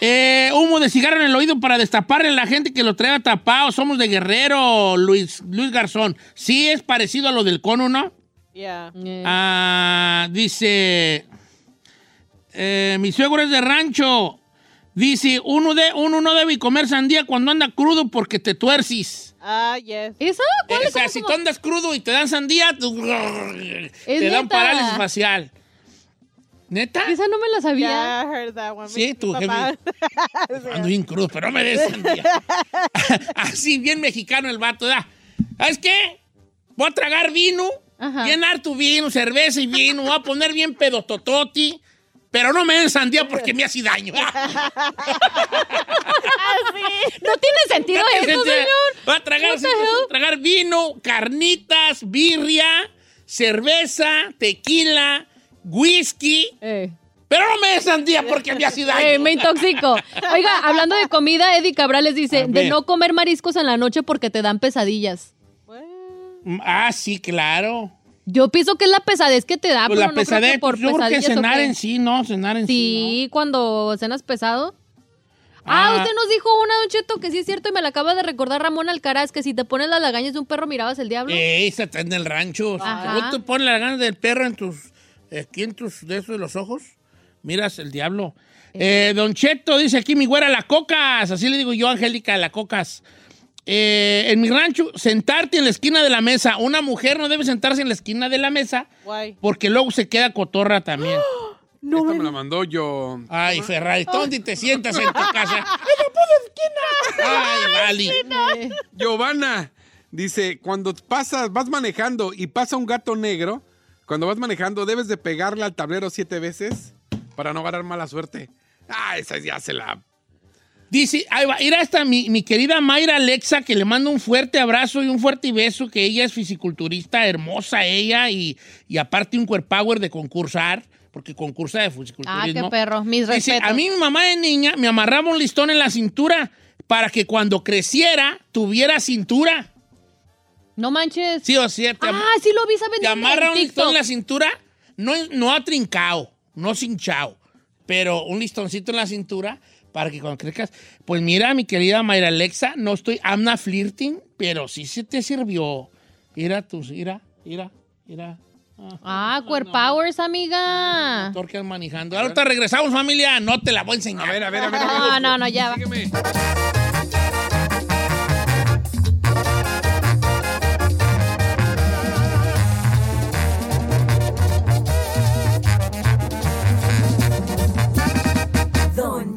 [SPEAKER 2] Eh, humo de cigarro en el oído para destaparle a la gente que lo traiga tapado. Somos de Guerrero, Luis, Luis Garzón. Sí es parecido a lo del cono, ¿no?
[SPEAKER 5] Ya.
[SPEAKER 3] Eh,
[SPEAKER 2] Ah, dice, eh, mi suegro es de rancho. Dice, uno, de, uno no debe comer sandía cuando anda crudo porque te tuercis.
[SPEAKER 5] Ah, yes.
[SPEAKER 3] ¿Esa? ¿Cuál
[SPEAKER 2] Eh, o
[SPEAKER 3] es?
[SPEAKER 2] sea, si tú andas crudo y te dan sandía, tú- te dan
[SPEAKER 3] neta.
[SPEAKER 2] parálisis facial. ¿Neta?
[SPEAKER 3] Esa no me la sabía.
[SPEAKER 5] Yeah, I heard that one.
[SPEAKER 2] Sí,
[SPEAKER 5] Mi
[SPEAKER 2] tu
[SPEAKER 5] papá.
[SPEAKER 2] Ando bien crudo, pero no me des sandía. Así, bien mexicano el vato, ¿verdad? ¿Sabes qué? Voy a tragar vino,
[SPEAKER 3] Ajá.
[SPEAKER 2] bien harto vino, cerveza y vino, voy a poner bien pedotototi, Pero no me den sandía porque me hace daño.
[SPEAKER 5] Así.
[SPEAKER 3] No tiene sentido esto, señor.
[SPEAKER 2] Va a tragar,
[SPEAKER 3] What the hell?
[SPEAKER 2] va a tragar vino, carnitas, birria, cerveza, tequila, whisky.
[SPEAKER 3] Eh.
[SPEAKER 2] Pero no me den sandía porque me hace daño.
[SPEAKER 3] Eh, me intoxico. Oiga, hablando de comida, Eddie Cabral les
[SPEAKER 2] A
[SPEAKER 3] dice
[SPEAKER 2] ver.
[SPEAKER 3] de no comer mariscos en la noche porque te dan pesadillas.
[SPEAKER 2] Mm, Ah, sí, claro.
[SPEAKER 3] Yo pienso que es la pesadez que te da,
[SPEAKER 2] Pues
[SPEAKER 3] pero
[SPEAKER 2] la
[SPEAKER 3] Ah, no creo
[SPEAKER 2] pesadez,
[SPEAKER 3] que por
[SPEAKER 2] pues yo creo que
[SPEAKER 3] pesadillas o
[SPEAKER 2] cenar
[SPEAKER 3] qué.
[SPEAKER 2] en sí, ¿no? Cenar en sí.
[SPEAKER 3] Sí, cuando cenas pesado. Ah,
[SPEAKER 2] Ah.
[SPEAKER 3] usted nos dijo una, Don Cheto, que sí es cierto y me la acaba de recordar Ramón Alcaraz, que si te pones las lagañas de un perro mirabas el
[SPEAKER 2] ¿no?
[SPEAKER 3] diablo.
[SPEAKER 2] Ey, se está en el rancho.
[SPEAKER 3] Ajá.
[SPEAKER 2] Si tú te pones la gana del perro en tus. Aquí en tus. de esos de los ojos. Miras el diablo. Eh, don Cheto dice aquí mi güera, la cocas. Así le digo yo, Angélica, la cocas. Eh, en mi rancho, sentarte en la esquina de la mesa. Una mujer no debe sentarse en la esquina de la mesa
[SPEAKER 5] Guay.
[SPEAKER 2] porque luego se queda cotorra también. ¡Ah!
[SPEAKER 4] Esta me la mandó yo.
[SPEAKER 2] Ay, Ferrari, ¿dónde te sientas en tu casa? ¡En la esquina! Ay, vale.
[SPEAKER 3] Eh,
[SPEAKER 4] Giovanna dice, cuando pasas, vas manejando y pasa un gato negro, cuando vas manejando debes de pegarle al tablero siete veces para no ganar mala suerte. Ah, esa ya se la...
[SPEAKER 2] Dice, ahí va, ir hasta mi, mi querida Mayra Alexa, que le mando un fuerte abrazo y un fuerte beso, que ella es fisiculturista, hermosa ella, y, y aparte un power de concursar, porque concursa de
[SPEAKER 3] Ah,
[SPEAKER 2] fisiculturismo.
[SPEAKER 3] qué perro. Mis
[SPEAKER 2] Dice,
[SPEAKER 3] respetos.
[SPEAKER 2] a mí mi mamá de niña me amarraba un listón en la cintura para que cuando creciera tuviera cintura.
[SPEAKER 3] No manches.
[SPEAKER 2] Sí o sí, te, am-
[SPEAKER 3] ah, sí lo vi, ¿sabes?
[SPEAKER 2] te amarra
[SPEAKER 3] En
[SPEAKER 2] un listón
[SPEAKER 3] TikTok.
[SPEAKER 2] en la cintura, no, no atrincado, no cinchado, pero un listoncito en la cintura para que cuando crezcas. Pues mira, mi querida Mayra Alexa, no estoy, I'm not flirting, pero sí se te sirvió. Mira tus, mira, mira, mira.
[SPEAKER 3] Ah, Cuerp Powers, amiga.
[SPEAKER 2] Motor que andas manejando. Ahorita regresamos, familia. No te la voy a enseñar.
[SPEAKER 4] A ver, a ver, a ver. a ver.
[SPEAKER 3] Ah, No, no, no, ya va.
[SPEAKER 4] Sígueme.
[SPEAKER 6] Don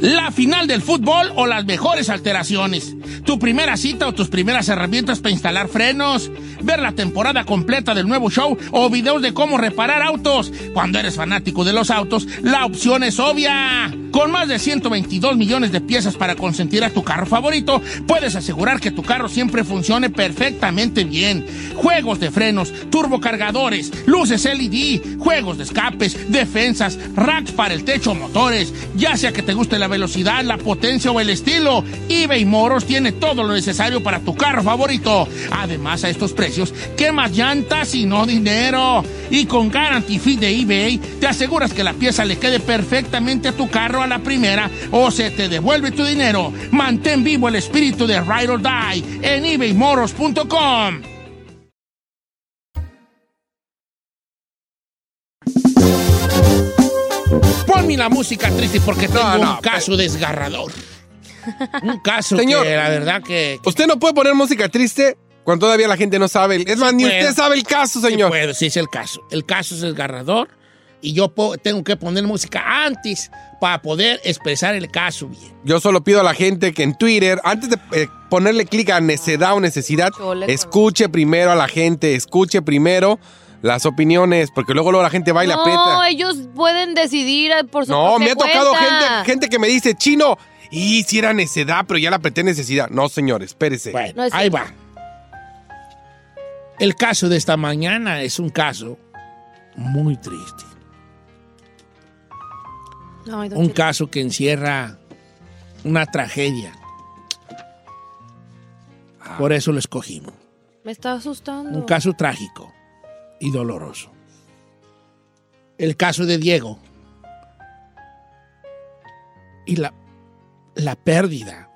[SPEAKER 2] La final del fútbol o las mejores alteraciones. Tu primera cita o tus primeras herramientas para instalar frenos. Ver la temporada completa del nuevo show o videos de cómo reparar autos. Cuando eres fanático de los autos, la opción es obvia. Con más de 122 millones de piezas para consentir a tu carro favorito, puedes asegurar que tu carro siempre funcione perfectamente bien. Juegos de frenos, turbocargadores, luces LED, juegos de escapes, defensas, racks para el techo, motores. Ya sea que te guste la velocidad, la potencia o el estilo, eBay Moros tiene todo lo necesario para tu carro favorito. Además, a estos precios, ¿qué más llantas y no dinero? Y con Guarantee Fee de eBay, te aseguras que la pieza le quede perfectamente a tu carro a la primera o se te devuelve tu dinero. Mantén vivo el espíritu de Ride or Die en eBayMoros.com. Ponme la música triste porque tengo
[SPEAKER 4] no, pues.
[SPEAKER 2] un caso desgarrador. Un caso
[SPEAKER 4] Señor. Pues,
[SPEAKER 2] que la verdad que... que
[SPEAKER 4] Usted no puede poner música triste cuando todavía la gente no sabe. el- Es más, ni
[SPEAKER 2] puedo.
[SPEAKER 4] usted sabe el caso,
[SPEAKER 2] sí
[SPEAKER 4] señor.
[SPEAKER 2] puedo, sí es el caso. El caso es desgarrador y yo po- tengo que poner música antes para poder expresar el caso bien.
[SPEAKER 4] Yo solo pido a la gente que en Twitter, antes de eh, ponerle clic a necedad o necesidad,
[SPEAKER 3] Yo le
[SPEAKER 4] escuche primero a la gente, escuche primero las opiniones, porque luego, luego la gente va y la aprieta.
[SPEAKER 3] No, ellos pueden decidir eh, por su
[SPEAKER 4] No,
[SPEAKER 3] propia
[SPEAKER 4] me ha tocado
[SPEAKER 3] cuenta.
[SPEAKER 4] gente, gente que me dice, chino, y si era necedad, pero ya la apreté necesidad. No, señor, espérese.
[SPEAKER 2] Bueno,
[SPEAKER 3] No es
[SPEAKER 2] ahí va. El caso de esta mañana es un caso muy triste.
[SPEAKER 3] Ay, don
[SPEAKER 2] Un
[SPEAKER 3] Cheto.
[SPEAKER 2] caso que encierra una tragedia. Por eso lo escogimos.
[SPEAKER 3] Me está asustando.
[SPEAKER 2] Un caso trágico y doloroso. El caso de Diego. Y la, la pérdida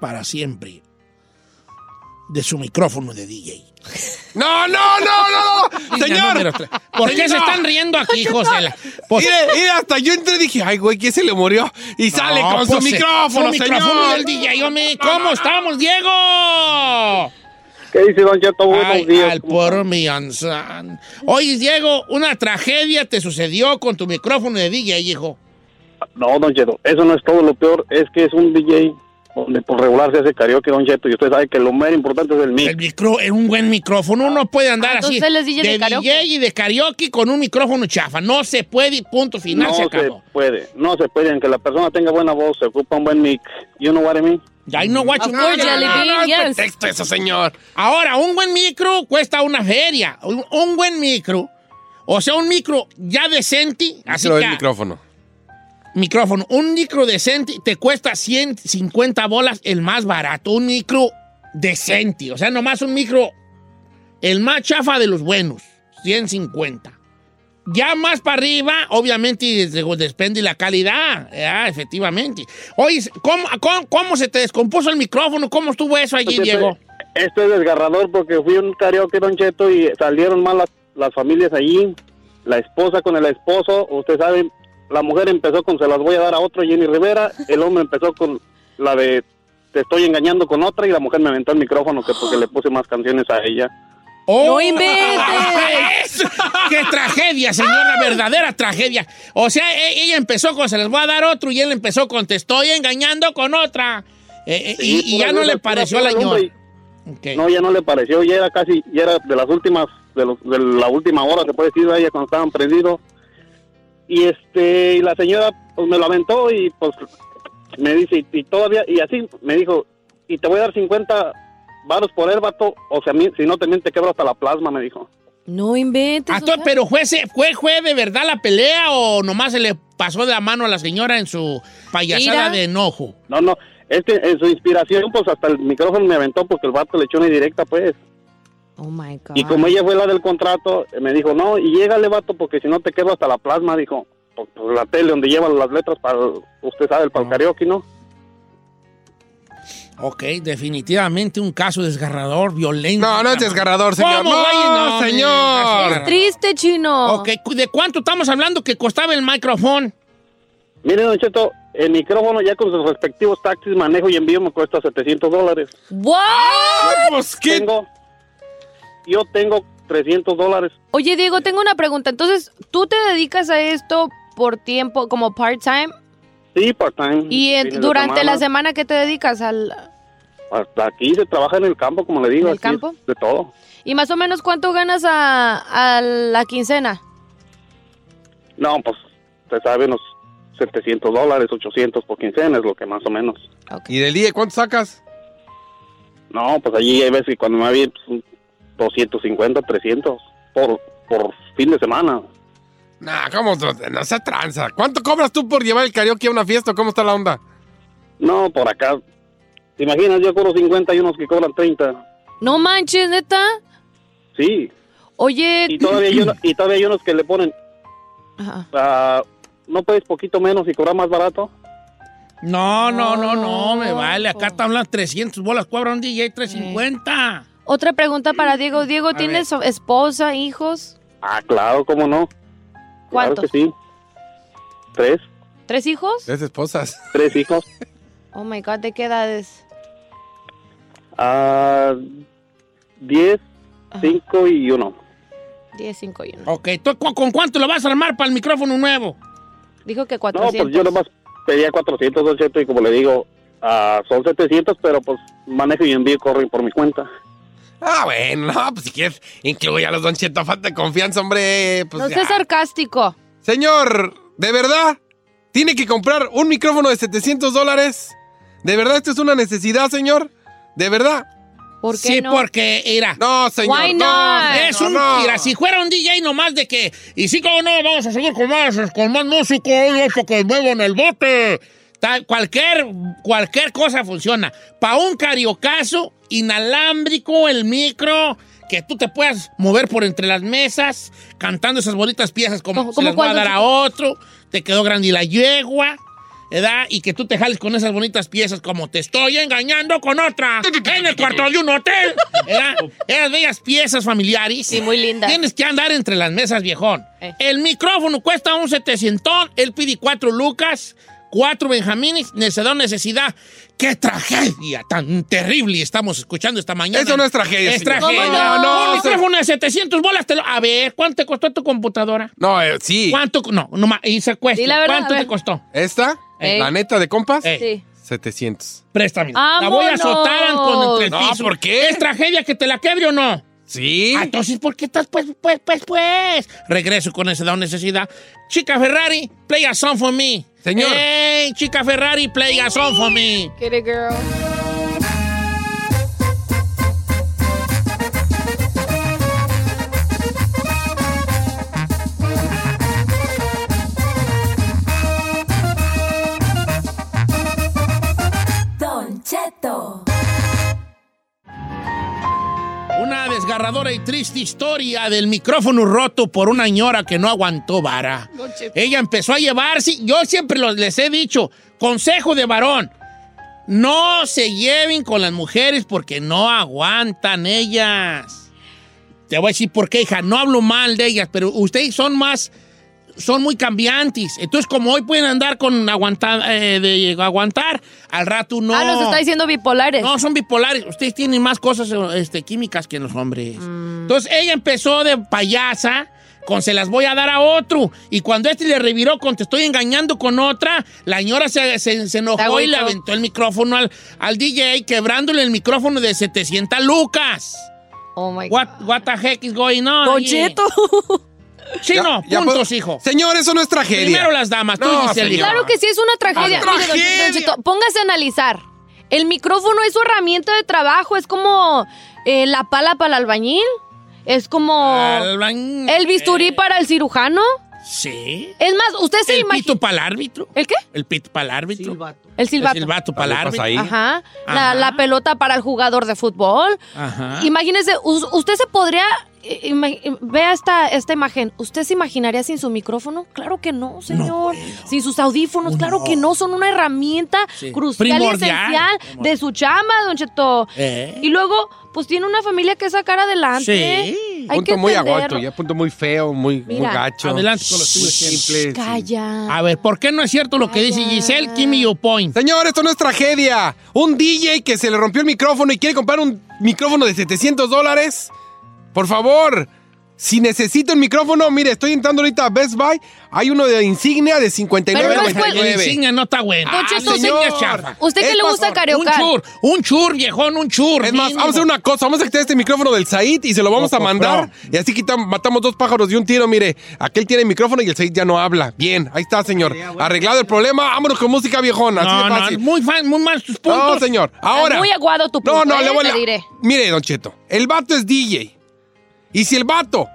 [SPEAKER 2] para siempre de su micrófono de DJ.
[SPEAKER 4] No, no, no, no, no.
[SPEAKER 2] Línea número
[SPEAKER 4] Señor.
[SPEAKER 2] tres. ¿Por qué se
[SPEAKER 4] Señor.
[SPEAKER 2] están riendo aquí, José? La- Pues-
[SPEAKER 4] Mire, mire, hasta yo entré y dije, ay, güey, ¿quién se le murió? Y sale
[SPEAKER 2] No,
[SPEAKER 4] con
[SPEAKER 2] pues,
[SPEAKER 4] su
[SPEAKER 2] eh,
[SPEAKER 4] micrófono,
[SPEAKER 2] su
[SPEAKER 4] señor.
[SPEAKER 2] micrófono del DJ, hombre. ¿Cómo estamos, Diego?
[SPEAKER 7] ¿Qué dice Don Cheto? Buenos
[SPEAKER 2] Ay,
[SPEAKER 7] días.
[SPEAKER 2] al por mi ansan. Oye, Diego, una tragedia te sucedió con tu micrófono de DJ, hijo.
[SPEAKER 7] No, Don Cheto, eso no es todo. Lo peor es que es un DJ donde por regular se hace karaoke, Don Cheto. Y usted sabe que lo más importante es el mix.
[SPEAKER 2] El micro, en un buen micrófono, uno puede andar
[SPEAKER 3] Ah,
[SPEAKER 2] así.
[SPEAKER 3] entonces él es DJ de karaoke.
[SPEAKER 2] y de karaoke con un micrófono chafa. No se puede, y punto final,
[SPEAKER 7] no
[SPEAKER 2] se
[SPEAKER 7] se,
[SPEAKER 2] acabó.
[SPEAKER 7] puede, no se puede. Aunque la persona tenga buena voz, se ocupa un buen mix. You know what I mean?
[SPEAKER 2] Ya Ah, no guacho.
[SPEAKER 3] Of course, Jelly Bean, yes.
[SPEAKER 4] Texto eso, señor.
[SPEAKER 2] Ahora, un buen micro cuesta una feria. Un, un buen micro. O sea, un micro ya decente. Así
[SPEAKER 4] Pero
[SPEAKER 2] que-
[SPEAKER 4] el micrófono.
[SPEAKER 2] micrófono. Un micro decente te cuesta 150 bolas el más barato. Un micro decente. O sea, nomás un micro, el más chafa de los buenos. 150. Ya más para arriba, obviamente, de- depende la calidad. Ah, efectivamente. Oye, ¿cómo, cómo, cómo se te descompuso el micrófono? ¿Cómo estuvo eso allí,
[SPEAKER 7] Don Cheto,
[SPEAKER 2] Diego?
[SPEAKER 7] Esto es desgarrador porque fui a un karaoke, Don Cheto, y salieron mal las, las familias allí. La esposa con el esposo, usted sabe, la mujer empezó con se las voy a dar a otro, Jenny Rivera. El hombre empezó con la de te estoy engañando con otra y la mujer me aventó el micrófono que porque le puse más canciones a ella.
[SPEAKER 2] ¡Oh!
[SPEAKER 3] ¡No inventes!
[SPEAKER 2] Eso. ¡Qué tragedia, señora! ¡Verdadera tragedia! O sea, e- ella empezó con se les va a dar otro y él empezó con te estoy engañando con otra. Eh, eh,
[SPEAKER 7] Sí,
[SPEAKER 2] y- y,
[SPEAKER 7] pura
[SPEAKER 2] ya no
[SPEAKER 7] luna,
[SPEAKER 2] le
[SPEAKER 7] pura
[SPEAKER 2] pareció a la
[SPEAKER 7] luna,
[SPEAKER 2] señora.
[SPEAKER 7] hombre, y- No, ya no le pareció, ya era casi, ya era de las últimas, de, los- de la última hora, se puede decir, ella cuando estaban prendidos. Y este, y la señora pues me lo aventó y pues me dice, y todavía, y así me dijo, y te voy a dar 50 varos por el vato, o sea, a mí, si no también te quebro hasta la plasma, me dijo.
[SPEAKER 3] No inventes.
[SPEAKER 2] Ah,
[SPEAKER 3] o sea,
[SPEAKER 2] entonces, pero fue, se- fue, fue de verdad la pelea o nomás se le pasó de la mano a la señora en su payasada
[SPEAKER 3] Ira.
[SPEAKER 2] de enojo.
[SPEAKER 7] No, no, este, en su inspiración, pues hasta el micrófono me aventó porque el vato le echó una directa, pues.
[SPEAKER 3] Oh my God.
[SPEAKER 7] Y como ella fue la del contrato, eh, me dijo, no, y llégale, vato, porque si no te quedo hasta la plasma, dijo. Pues, pues, la tele donde llevan las letras para, el- usted sabe, el
[SPEAKER 8] Oh.
[SPEAKER 7] para el karaoke, ¿no?
[SPEAKER 2] Ok, definitivamente un caso desgarrador, violento.
[SPEAKER 4] No, no es desgarrador, señor.
[SPEAKER 2] ¿Cómo, güey?
[SPEAKER 4] No,
[SPEAKER 2] No,
[SPEAKER 4] señor.
[SPEAKER 2] no.
[SPEAKER 3] Triste, chino.
[SPEAKER 2] Ah. Ok, cu- ¿de cuánto estamos hablando que costaba el micrófono?
[SPEAKER 7] Mire, Don Cheto, el micrófono ya con sus respectivos taxis, manejo y envío me cuesta 700 dólares.
[SPEAKER 3] What?
[SPEAKER 4] Ah, pues qué.
[SPEAKER 7] Tengo, yo tengo 300 dólares.
[SPEAKER 8] Oye, Diego, tengo una pregunta. Entonces, ¿tú te dedicas a esto por tiempo, como part-time?
[SPEAKER 7] Mm, Sí, part-time.
[SPEAKER 8] ¿Y en-
[SPEAKER 7] fines de
[SPEAKER 8] durante la semana qué te dedicas? al
[SPEAKER 7] Hasta aquí se trabaja en el campo, como le digo.
[SPEAKER 8] ¿En el
[SPEAKER 7] aquí es
[SPEAKER 8] campo?
[SPEAKER 7] De todo.
[SPEAKER 8] ¿Y más o menos cuánto ganas a, a la quincena?
[SPEAKER 7] No, pues, usted sabe, unos 700 dólares, 800 por quincena es lo que más o menos.
[SPEAKER 4] ¿Y del día cuánto sacas?
[SPEAKER 7] No, pues allí hay veces que cuando me pues, había 250, 300 por, por fin de semana.
[SPEAKER 4] Nah, ¿cómo? No, no sea tranza. ¿Cuánto cobras tú por llevar el karaoke a una fiesta? ¿Cómo está la onda?
[SPEAKER 7] No, por acá. ¿Te imaginas? Yo cobro 50 y unos que cobran 30.
[SPEAKER 8] No manches, neta.
[SPEAKER 7] Sí.
[SPEAKER 8] Oye,
[SPEAKER 7] Y todavía hay, uno- y todavía hay unos que le ponen,
[SPEAKER 8] ajá.
[SPEAKER 7] ah, ¿no puedes poquito menos y cobrar más barato?
[SPEAKER 2] No, no, no, no,
[SPEAKER 8] Oh,
[SPEAKER 2] me vale. Acá
[SPEAKER 8] pues.
[SPEAKER 2] están las 300 bolas, cuadra un DJ 350.
[SPEAKER 3] Eh.
[SPEAKER 8] otra pregunta para Diego. Diego,
[SPEAKER 2] A
[SPEAKER 8] ¿tienes esposa, hijos?
[SPEAKER 7] Ah, claro, ¿cómo no?
[SPEAKER 8] ¿Cuántos?
[SPEAKER 7] Claro que sí. Tres,
[SPEAKER 8] ¿Tres hijos?
[SPEAKER 4] Tres esposas.
[SPEAKER 7] tres hijos.
[SPEAKER 8] Oh my God, ¿de qué edades?
[SPEAKER 7] Ah, diez, cinco y uno.
[SPEAKER 8] Diez, cinco y uno.
[SPEAKER 2] Ok, ¿tú cu- ¿con cuánto lo vas a armar para el micrófono nuevo?
[SPEAKER 8] Dijo que
[SPEAKER 7] No, pues
[SPEAKER 8] 400.
[SPEAKER 7] yo nomás pedía 400, 200 y como le digo, ah, son 700, pero pues manejo y envío corren por mi cuenta.
[SPEAKER 4] Ah, bueno, no, pues si quieres, incluye a los Don Cheto. Falta de confianza, hombre. Pues
[SPEAKER 8] no
[SPEAKER 4] ya.
[SPEAKER 8] seas sarcástico.
[SPEAKER 4] Señor, ¿de verdad? ¿Tiene que comprar un micrófono de 700 dólares? ¿De verdad esto es una necesidad, señor? ¿De verdad?
[SPEAKER 8] ¿Por qué
[SPEAKER 2] sí,
[SPEAKER 8] no?
[SPEAKER 2] porque era.
[SPEAKER 4] No,
[SPEAKER 8] señor, Why no, not?
[SPEAKER 2] Es
[SPEAKER 8] no,
[SPEAKER 2] un.
[SPEAKER 8] no.
[SPEAKER 2] Mira, si fuera un DJ nomás de que. Y sí, como no, vamos a seguir con más, con más músicos, eso que muevan el bote. Tal- cualquier, cualquier cosa funciona. Para un cariocazo inalámbrico, el micro, que tú te puedas mover por entre las mesas, cantando esas bonitas piezas como,
[SPEAKER 8] Como-
[SPEAKER 2] se
[SPEAKER 8] como
[SPEAKER 2] las voy a
[SPEAKER 8] cuando
[SPEAKER 2] dar a
[SPEAKER 8] se-
[SPEAKER 2] otro, te quedó grande y la yegua. ¿verdad? Y que tú te jales con esas bonitas piezas como te estoy engañando con otra en el cuarto de un hotel. ¿verdad? Esas bellas piezas familiares. Sí,
[SPEAKER 8] muy lindas.
[SPEAKER 2] Tienes que andar entre las mesas, viejón.
[SPEAKER 8] Eh.
[SPEAKER 2] El micrófono cuesta un 700, él pide cuatro lucas, cuatro benjamines, necesidad, necesidad. ¡Qué tragedia tan terrible estamos escuchando esta mañana!
[SPEAKER 4] Eso no es tragedia,
[SPEAKER 2] Es
[SPEAKER 4] señor.
[SPEAKER 2] tragedia.
[SPEAKER 4] ¿Cómo no? No, no,
[SPEAKER 2] Un
[SPEAKER 4] se-
[SPEAKER 2] micrófono de 700 bolas. te lo- A ver, ¿cuánto te costó tu computadora?
[SPEAKER 4] No, eh, sí.
[SPEAKER 2] ¿Cuánto? No, no, ma- y se cuesta.
[SPEAKER 8] Di la verdad,
[SPEAKER 2] ¿Cuánto
[SPEAKER 8] a
[SPEAKER 2] te
[SPEAKER 8] ver.
[SPEAKER 2] costó?
[SPEAKER 4] ¿Esta?
[SPEAKER 8] Ey.
[SPEAKER 4] ¿La neta de compas?
[SPEAKER 2] Ey.
[SPEAKER 8] Sí.
[SPEAKER 4] 700.
[SPEAKER 2] Préstame. La voy a azotar
[SPEAKER 8] ¡Vámonos!
[SPEAKER 2] con entre el
[SPEAKER 4] No,
[SPEAKER 2] piso.
[SPEAKER 4] ¿por qué?
[SPEAKER 2] ¿Es tragedia que te la quebre o no?
[SPEAKER 4] Sí.
[SPEAKER 2] Ah, entonces, ¿por qué estás? Pues, pues, pues, pues. Regreso con esa da necesidad. Chica Ferrari, play a song for me.
[SPEAKER 4] Señor.
[SPEAKER 2] Hey, chica Ferrari, play a song for me.
[SPEAKER 8] Get it, girl.
[SPEAKER 6] Don Cheto.
[SPEAKER 2] Una desgarradora y triste historia del micrófono roto por una ñora que no aguantó vara. Ella empezó a llevarse, yo siempre lo- les he dicho, consejo de varón, no se lleven con las mujeres porque no aguantan ellas. Te voy a decir por qué, hija, no hablo mal de ellas, pero ustedes son más, son muy cambiantes. Entonces, como hoy pueden andar con aguantar, eh, de aguantar, al rato no.
[SPEAKER 8] Ah, nos está diciendo bipolares.
[SPEAKER 2] No, son bipolares. Ustedes tienen más cosas este, químicas que los hombres.
[SPEAKER 8] Mm.
[SPEAKER 2] Entonces, ella empezó de payasa con se las voy a dar a otro. Y cuando este le reviró con te estoy engañando con otra, la señora se, se- se enojó y le
[SPEAKER 8] agüitó.
[SPEAKER 2] aventó el micrófono al, al DJ, quebrándole el micrófono de 700 lucas.
[SPEAKER 8] Oh my
[SPEAKER 2] What,
[SPEAKER 8] God.
[SPEAKER 2] what the heck is going on?
[SPEAKER 8] Don
[SPEAKER 2] here?
[SPEAKER 8] Cheto.
[SPEAKER 2] Chino,
[SPEAKER 4] Ya- ya
[SPEAKER 2] puntos,
[SPEAKER 4] puedo-
[SPEAKER 2] hijo.
[SPEAKER 4] Señor, eso no es tragedia.
[SPEAKER 2] Primero las damas, tú
[SPEAKER 4] No,
[SPEAKER 2] dices el
[SPEAKER 4] señor.
[SPEAKER 8] Claro que sí, es una tragedia.
[SPEAKER 4] ¡Ah,
[SPEAKER 8] Mire, don-
[SPEAKER 4] tragedia!
[SPEAKER 8] don Cheto, póngase a analizar. El micrófono es su herramienta de trabajo, es como eh, la pala para el albañil, es como
[SPEAKER 2] Albañ-
[SPEAKER 8] el bisturí para el cirujano.
[SPEAKER 2] Eh, Sí.
[SPEAKER 8] Es más, usted se
[SPEAKER 2] El
[SPEAKER 8] imagina...
[SPEAKER 2] pito para el árbitro.
[SPEAKER 8] ¿El qué?
[SPEAKER 2] El pito para el árbitro.
[SPEAKER 8] El silbato.
[SPEAKER 2] El silbato para el
[SPEAKER 4] Dale,
[SPEAKER 2] árbitro.
[SPEAKER 4] pasa ahí.
[SPEAKER 8] Ajá. La,
[SPEAKER 2] Ajá.
[SPEAKER 8] la pelota para el jugador de fútbol.
[SPEAKER 2] Ajá.
[SPEAKER 8] Imagínese, us- usted se podría. eh, ima- Vea esta, esta imagen. ¿Usted se imaginaría sin su micrófono? Claro que no, señor. sin sus audífonos, claro que no. Son una herramienta
[SPEAKER 2] Sí.
[SPEAKER 8] crucial y
[SPEAKER 2] Primordial.
[SPEAKER 8] esencial
[SPEAKER 2] Primordial.
[SPEAKER 8] de su chama, don Cheto.
[SPEAKER 2] Eh.
[SPEAKER 8] Y luego, pues tiene una familia que sacar adelante.
[SPEAKER 2] Sí.
[SPEAKER 8] Hay
[SPEAKER 4] punto
[SPEAKER 8] que
[SPEAKER 4] muy
[SPEAKER 8] entenderlo.
[SPEAKER 4] aguato, ya punto muy feo, muy, muy
[SPEAKER 8] Mira.
[SPEAKER 4] gacho.
[SPEAKER 2] Adelante con los
[SPEAKER 4] Muy
[SPEAKER 2] tuyos, Jen.
[SPEAKER 4] simple. sí.
[SPEAKER 8] Calla.
[SPEAKER 2] A ver, ¿por qué no es cierto lo que dice
[SPEAKER 8] Ah.
[SPEAKER 2] Giselle? Give me your point.
[SPEAKER 4] Señor, esto no es tragedia. Un DJ que se le rompió el micrófono y quiere comprar un micrófono de 700 dólares. Por favor, si necesito un micrófono, mire, estoy entrando ahorita a Best Buy. Hay uno de insignia de
[SPEAKER 8] Pero no es
[SPEAKER 4] 59.99.
[SPEAKER 2] El insignia no está bueno.
[SPEAKER 8] Don Cheto,
[SPEAKER 2] el insignia
[SPEAKER 4] señor.
[SPEAKER 2] es chafa.
[SPEAKER 8] ¿Usted
[SPEAKER 4] Es
[SPEAKER 8] que le
[SPEAKER 4] más,
[SPEAKER 8] gusta
[SPEAKER 2] Un
[SPEAKER 8] cariocar?
[SPEAKER 2] chur, un chur, viejón, un chur.
[SPEAKER 4] Es más,
[SPEAKER 2] mínimo.
[SPEAKER 4] vamos a hacer una cosa, vamos a quitar este micrófono del Said y se lo vamos a
[SPEAKER 2] Ojo,
[SPEAKER 4] mandar. Y así quitamos, matamos dos pájaros de un tiro, mire. Aquel tiene micrófono y el Said ya no habla. Bien, ahí está, señor. Arreglado el problema, vámonos con música viejona, así
[SPEAKER 2] No,
[SPEAKER 4] de
[SPEAKER 2] no,
[SPEAKER 4] fácil.
[SPEAKER 2] muy, fan, muy mal tus
[SPEAKER 4] No,
[SPEAKER 2] puntos.
[SPEAKER 4] señor. Ahora.
[SPEAKER 8] muy aguado tu
[SPEAKER 4] No,
[SPEAKER 8] punto,
[SPEAKER 4] no,
[SPEAKER 8] ¿eh?
[SPEAKER 4] le voy
[SPEAKER 8] Te
[SPEAKER 4] a-
[SPEAKER 8] diré.
[SPEAKER 4] Mire, Don Cheto, el vato es DJ. Y si el vato,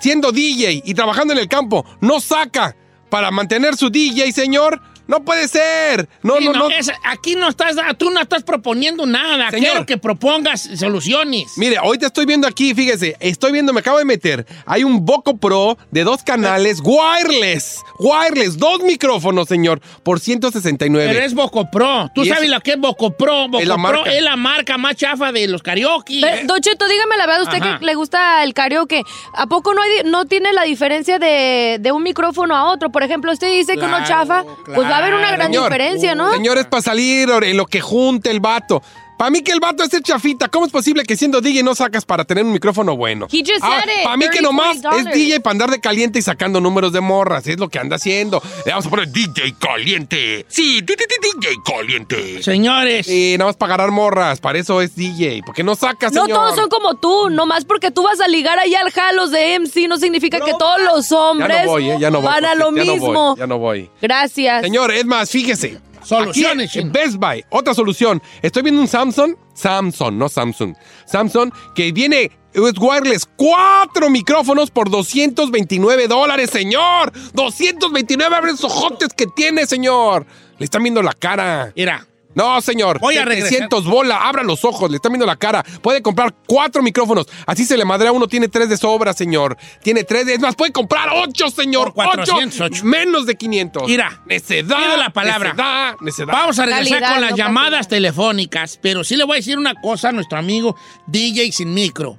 [SPEAKER 4] siendo DJ y trabajando en el campo, no saca para mantener su DJ, señor, no puede ser. No,
[SPEAKER 2] Sí,
[SPEAKER 4] no,
[SPEAKER 2] no,
[SPEAKER 4] no.
[SPEAKER 2] es- aquí no estás, ah, tú no estás proponiendo nada.
[SPEAKER 4] Señor.
[SPEAKER 2] Quiero que propongas soluciones.
[SPEAKER 4] Mire, hoy te estoy viendo aquí, fíjese, estoy viendo, me acabo de meter. Hay un Boco Pro de dos canales, wireless, wireless, dos micrófonos, señor, por 169.
[SPEAKER 2] Pero es Bocopro. Tú
[SPEAKER 4] Y
[SPEAKER 2] sabes
[SPEAKER 4] es-
[SPEAKER 2] lo que es Bocopro. Bocopro
[SPEAKER 4] Es la marca.
[SPEAKER 2] es la marca más chafa de los karaoke.
[SPEAKER 4] eh,
[SPEAKER 8] Pero, don Cheto, dígame la verdad, usted
[SPEAKER 2] Ajá.
[SPEAKER 8] que le gusta el karaoke, ¿a poco no, hay- no tiene la diferencia de, de un micrófono a otro? Por ejemplo, usted dice que uno
[SPEAKER 2] Claro,
[SPEAKER 8] chafa, pues va a haber una
[SPEAKER 2] claro.
[SPEAKER 8] gran
[SPEAKER 4] Señor,
[SPEAKER 8] diferencia, ¿no?
[SPEAKER 4] Señor,
[SPEAKER 2] ¿Ah?
[SPEAKER 4] es para salir ore, lo que junte el vato. Para mí que el vato es el chafita. ¿Cómo es posible que siendo DJ no sacas para tener un micrófono bueno?
[SPEAKER 8] He just said it.
[SPEAKER 4] para mí que
[SPEAKER 8] $30,
[SPEAKER 4] nomás
[SPEAKER 8] $40.
[SPEAKER 4] es DJ para andar de caliente y sacando números de morras. Es lo que anda haciendo. Le vamos a poner DJ caliente. Sí, di- di- di- DJ caliente.
[SPEAKER 2] Señores.
[SPEAKER 4] Sí, nada más para agarrar morras. Para eso es DJ. Porque no sacas,
[SPEAKER 8] No
[SPEAKER 4] señor. Mm.
[SPEAKER 8] todos son como tú, nomás porque tú vas a ligar allá al jalos de MC, no significa que todos los
[SPEAKER 4] Ya
[SPEAKER 8] hombres
[SPEAKER 4] no voy, eh, ya no voy.
[SPEAKER 8] van a lo
[SPEAKER 4] ya no voy,
[SPEAKER 8] mismo.
[SPEAKER 4] ya no voy.
[SPEAKER 8] Gracias.
[SPEAKER 4] Señor, es más, fíjese.
[SPEAKER 2] Soluciones,
[SPEAKER 4] Aquí, Best Buy, otra solución. Estoy viendo un Samsung, Samsung, no Samsung, Samsung, que viene, es wireless, cuatro micrófonos por 229 dólares, señor. 229 abre esos ojotes que tiene, señor. Le están viendo la cara.
[SPEAKER 2] Mira.
[SPEAKER 4] No, señor.
[SPEAKER 2] Voy a regresar.
[SPEAKER 4] 700 bola, abra los ojos, le están viendo la cara. Puede comprar cuatro micrófonos. Así se le madrea uno, tiene tres de sobra, señor. Tiene tres de... Es más, puede comprar ocho, señor.
[SPEAKER 2] Por
[SPEAKER 4] Ocho.
[SPEAKER 2] 408.
[SPEAKER 4] menos de 500.
[SPEAKER 2] Mira,
[SPEAKER 4] necedad.
[SPEAKER 2] pido la palabra.
[SPEAKER 4] necedad, necedad.
[SPEAKER 2] Vamos a regresar
[SPEAKER 4] Calidad,
[SPEAKER 2] con las
[SPEAKER 4] no
[SPEAKER 2] llamadas telefónicas, pero sí le voy a decir una cosa a nuestro amigo DJ sin micro.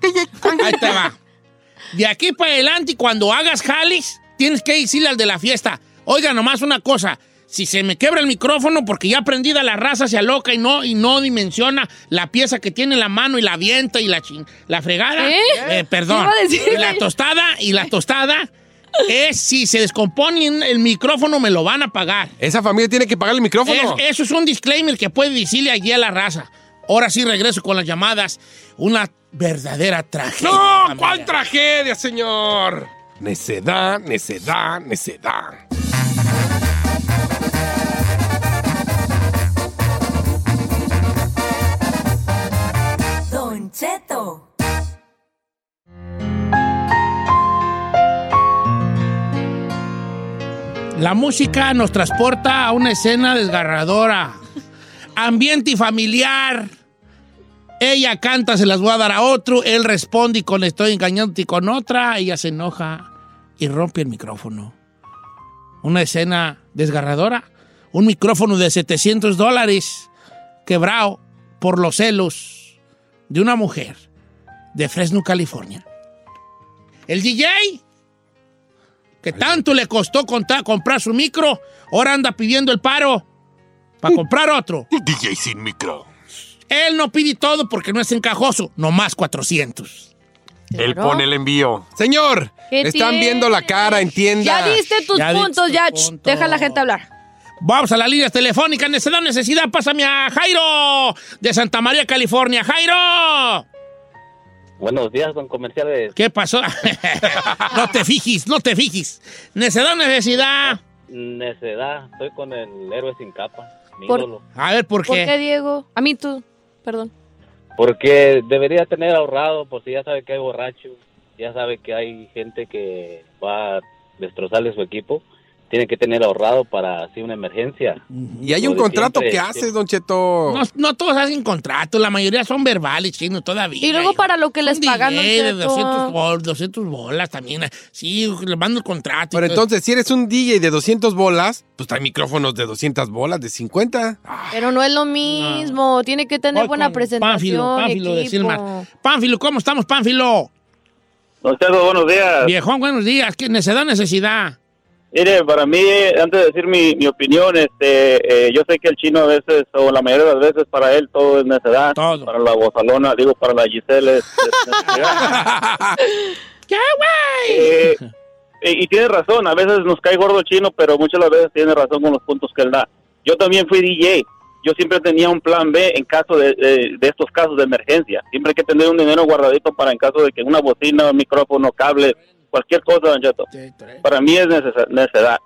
[SPEAKER 2] Ahí te va. De aquí para adelante, cuando hagas jalis, tienes que decirle al de la fiesta, oiga, nomás una cosa, si se me quebra el micrófono porque ya prendida la raza se aloca y no, y no dimensiona la pieza que tiene en la mano y la avienta y la, chin- la fregada,
[SPEAKER 8] ¿Eh?
[SPEAKER 2] eh, perdón,
[SPEAKER 8] Iba a decir-
[SPEAKER 2] y la tostada y la tostada es si se descompone el micrófono me lo van a pagar.
[SPEAKER 4] Esa familia tiene que pagar el micrófono.
[SPEAKER 2] Es- eso es un disclaimer que puede decirle allí a la raza. Ahora sí regreso con las llamadas. Una verdadera tragedia.
[SPEAKER 4] ¡No!
[SPEAKER 2] familia.
[SPEAKER 4] ¿Cuál tragedia, señor? Necedad, necedad, necedad.
[SPEAKER 6] Don Cheto,
[SPEAKER 2] La música nos transporta a una escena desgarradora. Ambiente familiar. Ella canta, se las voy a dar a otro. Él responde y con estoy engañándote con otra. Ella se enoja y rompe el micrófono. Una escena desgarradora. Un micrófono de 700 dólares quebrado por los celos de una mujer de Fresno, California. El DJ que tanto le costó contar- comprar su micro, ahora anda pidiendo el paro para comprar otro.
[SPEAKER 4] DJ sin micro.
[SPEAKER 2] Él no pide todo porque no es encajoso, nomás 400.
[SPEAKER 4] Él pone el envío. Señor,
[SPEAKER 8] ¿Qué
[SPEAKER 4] le están
[SPEAKER 8] tiene?
[SPEAKER 4] viendo la cara, entienda.
[SPEAKER 8] Ya diste tus
[SPEAKER 2] Ya di
[SPEAKER 8] puntos,
[SPEAKER 2] tus
[SPEAKER 8] ya. ch,
[SPEAKER 2] puntos.
[SPEAKER 8] Deja a la gente hablar.
[SPEAKER 2] Vamos a las líneas telefónicas, necesidad, necesidad, pásame a Jairo de Santa María, California. Jairo,
[SPEAKER 9] Buenos días, don comerciales.
[SPEAKER 2] ¿qué pasó? no te fijes, no te fijes. Necesidad, necesidad.
[SPEAKER 9] Necedad, estoy con el héroe sin capa, mi
[SPEAKER 8] Por-
[SPEAKER 9] ídolo.
[SPEAKER 2] A ver, ¿por
[SPEAKER 8] ¿Por qué,
[SPEAKER 2] qué?
[SPEAKER 8] Diego? A mí tú. Perdón.
[SPEAKER 9] Porque debería tener ahorrado, por si Pues, ya sabe que hay borrachos, ya sabe que hay gente que va a destrozarle su equipo. Tiene que tener ahorrado para así una emergencia.
[SPEAKER 4] Y hay un
[SPEAKER 9] Lo de
[SPEAKER 4] contrato
[SPEAKER 9] siempre,
[SPEAKER 4] que haces, Don Cheto.
[SPEAKER 2] No, no todos hacen contrato, la mayoría son verbales, chino, todavía.
[SPEAKER 8] Y luego para lo que les
[SPEAKER 2] Un
[SPEAKER 8] pagan. don
[SPEAKER 2] DJ de
[SPEAKER 8] Cheto.
[SPEAKER 2] 200, bol- 200 bolas también. ah, Sí, le mando el contrato.
[SPEAKER 4] Pero
[SPEAKER 2] y todo.
[SPEAKER 4] entonces, si eres un DJ de 200 bolas, pues trae micrófonos de 200 bolas, de 50.
[SPEAKER 2] Ah.
[SPEAKER 8] Pero no es lo mismo. Tiene que tener
[SPEAKER 2] Voy
[SPEAKER 8] buena
[SPEAKER 2] con
[SPEAKER 8] presentación.
[SPEAKER 2] Pánfilo, Pánfilo de
[SPEAKER 8] equipo.
[SPEAKER 2] Silmar. Pánfilo, ¿cómo estamos, Pánfilo?
[SPEAKER 7] Don Cheto, buenos días.
[SPEAKER 2] Viejón, buenos días. ¿Qué necesidad, necesidad?
[SPEAKER 7] Mire, para mí, antes de decir mi, mi opinión, este, eh, yo sé que el chino a veces, o la mayoría de las veces, para él todo es necedad.
[SPEAKER 2] Todo.
[SPEAKER 7] Para la bozalona, digo, para la Giselle es, es necesidad.
[SPEAKER 2] ¡Qué güey!
[SPEAKER 7] Eh, y, y tiene razón, a veces nos cae gordo el chino, pero muchas de las veces tiene razón con los puntos que él da. Yo también fui DJ. Yo siempre tenía un plan B en caso de, de- de estos casos de emergencia. Siempre hay que tener un dinero guardadito para en caso de que una bocina, un micrófono, cable, cualquier cosa, don Cheto. Para mí es necesa- necedad.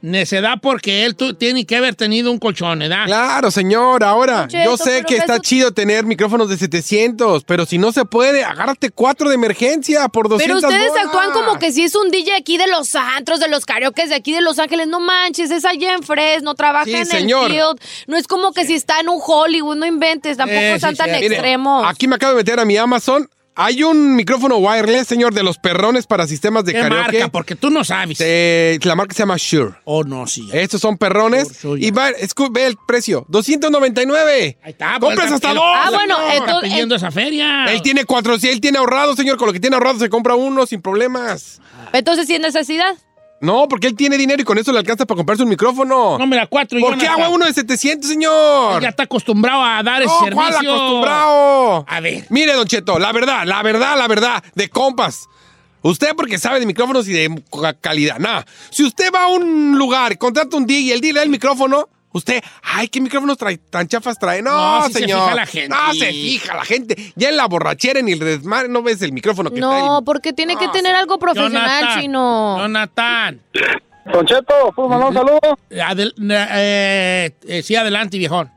[SPEAKER 2] Necedad porque él tu- tiene que haber tenido un colchón, ¿verdad?
[SPEAKER 4] Claro, señor, ahora.
[SPEAKER 8] Don Cheto,
[SPEAKER 4] yo sé
[SPEAKER 8] pero
[SPEAKER 4] que
[SPEAKER 8] ves
[SPEAKER 4] está
[SPEAKER 8] otro-
[SPEAKER 4] chido tener micrófonos de 700, pero si no se puede, agárrate cuatro de emergencia por 200
[SPEAKER 8] Pero ustedes
[SPEAKER 4] bolas.
[SPEAKER 8] actúan como que si es un DJ aquí de los antros, de los karaoke, de aquí de Los Ángeles. No manches, es allá en Fresno, trabaja
[SPEAKER 4] Sí,
[SPEAKER 8] en
[SPEAKER 4] señor.
[SPEAKER 8] el field. No es como que si está en un Hollywood, no inventes, tampoco
[SPEAKER 2] Eh,
[SPEAKER 8] están
[SPEAKER 2] sí,
[SPEAKER 8] tan
[SPEAKER 2] sí.
[SPEAKER 4] Mire,
[SPEAKER 8] extremos.
[SPEAKER 4] Aquí me acabo de meter a mi Amazon. Hay un micrófono wireless, señor, de los perrones para sistemas de
[SPEAKER 2] ¿Qué
[SPEAKER 4] karaoke.
[SPEAKER 2] marca? Porque tú no sabes.
[SPEAKER 4] Eh, la marca se llama Shure.
[SPEAKER 2] Oh, no, sí.
[SPEAKER 4] Estos son perrones.
[SPEAKER 2] Shure, Shure, ya.
[SPEAKER 4] y va, escu- ve el precio: 299.
[SPEAKER 2] Ahí está.
[SPEAKER 4] Compras
[SPEAKER 2] pues,
[SPEAKER 4] hasta
[SPEAKER 2] él-
[SPEAKER 4] dos.
[SPEAKER 8] Ah, bueno,
[SPEAKER 2] señor,
[SPEAKER 8] entonces-
[SPEAKER 2] está pidiendo esa feria.
[SPEAKER 4] Él tiene 400, él tiene ahorrado, señor. Con lo que tiene ahorrado se compra uno sin problemas.
[SPEAKER 8] Entonces, sin necesidad.
[SPEAKER 4] No, porque él tiene dinero y con eso le alcanza para comprarse un micrófono.
[SPEAKER 2] No, mira, cuatro. y
[SPEAKER 4] ¿Por
[SPEAKER 2] yo
[SPEAKER 4] qué
[SPEAKER 2] no
[SPEAKER 4] hago
[SPEAKER 2] está-
[SPEAKER 4] uno de 700, señor?
[SPEAKER 2] Ya está acostumbrado a dar ese
[SPEAKER 4] No,
[SPEAKER 2] servicio.
[SPEAKER 4] ¿cuál acostumbrado?
[SPEAKER 2] A ver.
[SPEAKER 4] Mire, Don Cheto, la verdad, la verdad, la verdad, de compas. Usted porque sabe de micrófonos y de ca- calidad. Nada. Si usted va a un lugar, contrata un DJ y el DJ le da el micrófono, usted, ay, ¿qué micrófonos trae, tan chafas trae? No,
[SPEAKER 2] No, sí se
[SPEAKER 4] señor.
[SPEAKER 2] fija la gente.
[SPEAKER 4] No, se fija la gente. Ya en la borrachera, en el desmadre, no ves el micrófono que trae.
[SPEAKER 8] No, porque tiene que tener algo profesional,
[SPEAKER 2] Jonathan,
[SPEAKER 8] chino.
[SPEAKER 2] Jonathan.
[SPEAKER 7] Don Cheto, ¿puedo mandar un saludo?
[SPEAKER 2] Adel- eh, eh, sí, adelante, viejón.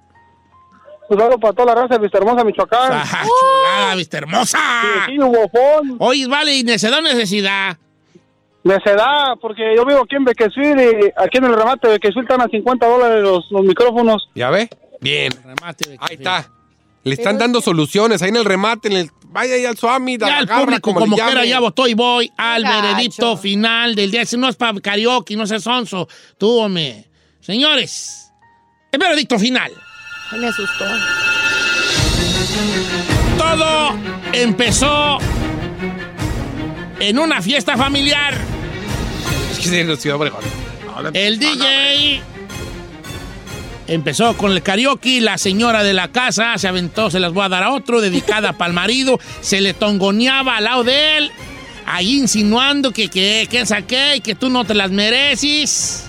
[SPEAKER 7] Un saludo para toda la raza de Vista Hermosa, Michoacán.
[SPEAKER 2] Ajá, Ah, chulada, vista hermosa. Oye, vale, y necedad, necesidad.
[SPEAKER 7] Necedad, Ah, porque yo vivo aquí en Bequesuil y aquí en el remate de Bequesuil están a 50 dólares los, los micrófonos.
[SPEAKER 4] ¿Ya ve? Bien. Ahí está. Le están dando soluciones. Ahí en el remate, en el- vaya ahí al Suami.
[SPEAKER 2] Ya el público, como, quiera, ya votó y voy al veredicto final del día. Si no es para karaoke, no es sonso. Tú, hombre. Señores, el veredicto final.
[SPEAKER 8] Me asustó.
[SPEAKER 2] Todo empezó en una fiesta familiar.
[SPEAKER 4] Es que sí, en Ciudad Obregón.
[SPEAKER 2] El DJ empezó con el karaoke, la señora de la casa se aventó, se las voy a dar a otro, dedicada para el marido, se le tongoneaba al lado de él, ahí insinuando que que, que saqué y que tú no te las mereces.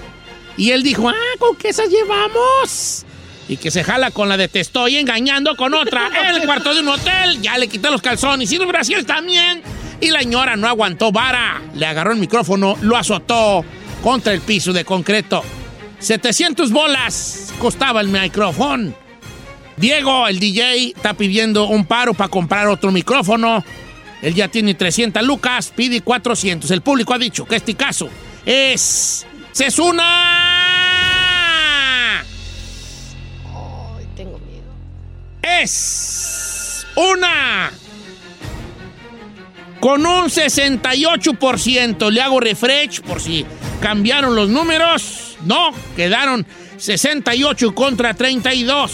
[SPEAKER 2] Y él dijo, ah, ¿con qué esas llevamos? Y que se jala con la de te estoy engañando con otra. En el cuarto de un hotel, ya le quité los calzones y los brasier también. Y la señora no aguantó vara. Le agarró el micrófono, lo azotó contra el piso de concreto. 700 bolas costaba el micrófono. Diego, el DJ, está pidiendo un paro para comprar otro micrófono. Él ya tiene 300 lucas, pide 400. El público ha dicho que este caso es Sesuna.
[SPEAKER 8] Tengo miedo.
[SPEAKER 2] es una con un 68%. Le hago refresh por si cambiaron los números. No, quedaron 68 contra 32.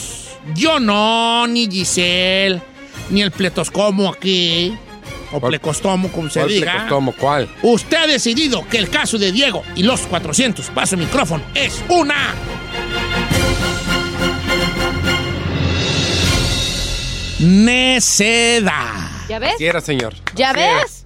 [SPEAKER 2] Yo no, ni Giselle, ni el pletoscomo aquí. O plecostomo, como se
[SPEAKER 4] ¿Cuál
[SPEAKER 2] diga.
[SPEAKER 4] plecostomo? ¿Cuál?
[SPEAKER 2] Usted ha decidido que el caso de Diego y los 400 paso micrófono es una. Neceda.
[SPEAKER 8] ¿Ya ves?
[SPEAKER 4] Así era, señor.
[SPEAKER 8] ¿Ya
[SPEAKER 4] Así era.
[SPEAKER 8] ves?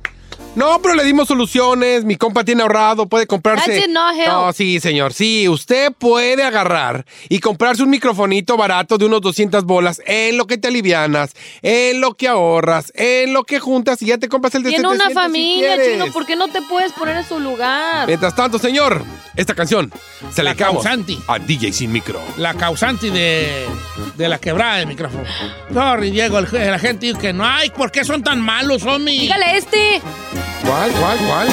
[SPEAKER 4] No, pero le dimos soluciones. Mi compa tiene ahorrado, puede comprarse.
[SPEAKER 8] That did not help.
[SPEAKER 4] No, sí, señor. Sí, usted puede agarrar y comprarse un microfonito barato de unos 200 bolas en lo que te alivianas, en lo que ahorras, en lo que juntas y ya te compras el de
[SPEAKER 8] Tiene una
[SPEAKER 4] 700 si
[SPEAKER 8] familia,
[SPEAKER 4] quieres.
[SPEAKER 8] chino. ¿Por qué no te puedes poner en su lugar?
[SPEAKER 4] Mientras tanto, señor, esta canción se le acabó
[SPEAKER 2] causante.
[SPEAKER 4] a DJ sin micro.
[SPEAKER 2] La causante de, de la quebrada de micrófono. Sorry, Diego, el- la gente dice que no hay. ¿Por qué son tan malos, homie?
[SPEAKER 8] Dígale este.
[SPEAKER 4] ¿Cuál, cuál, cuál?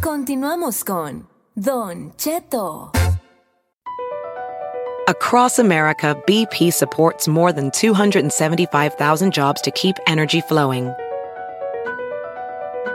[SPEAKER 6] Continuamos con Don Cheto.
[SPEAKER 1] Across America, BP supports more than 275,000 jobs to keep energy flowing.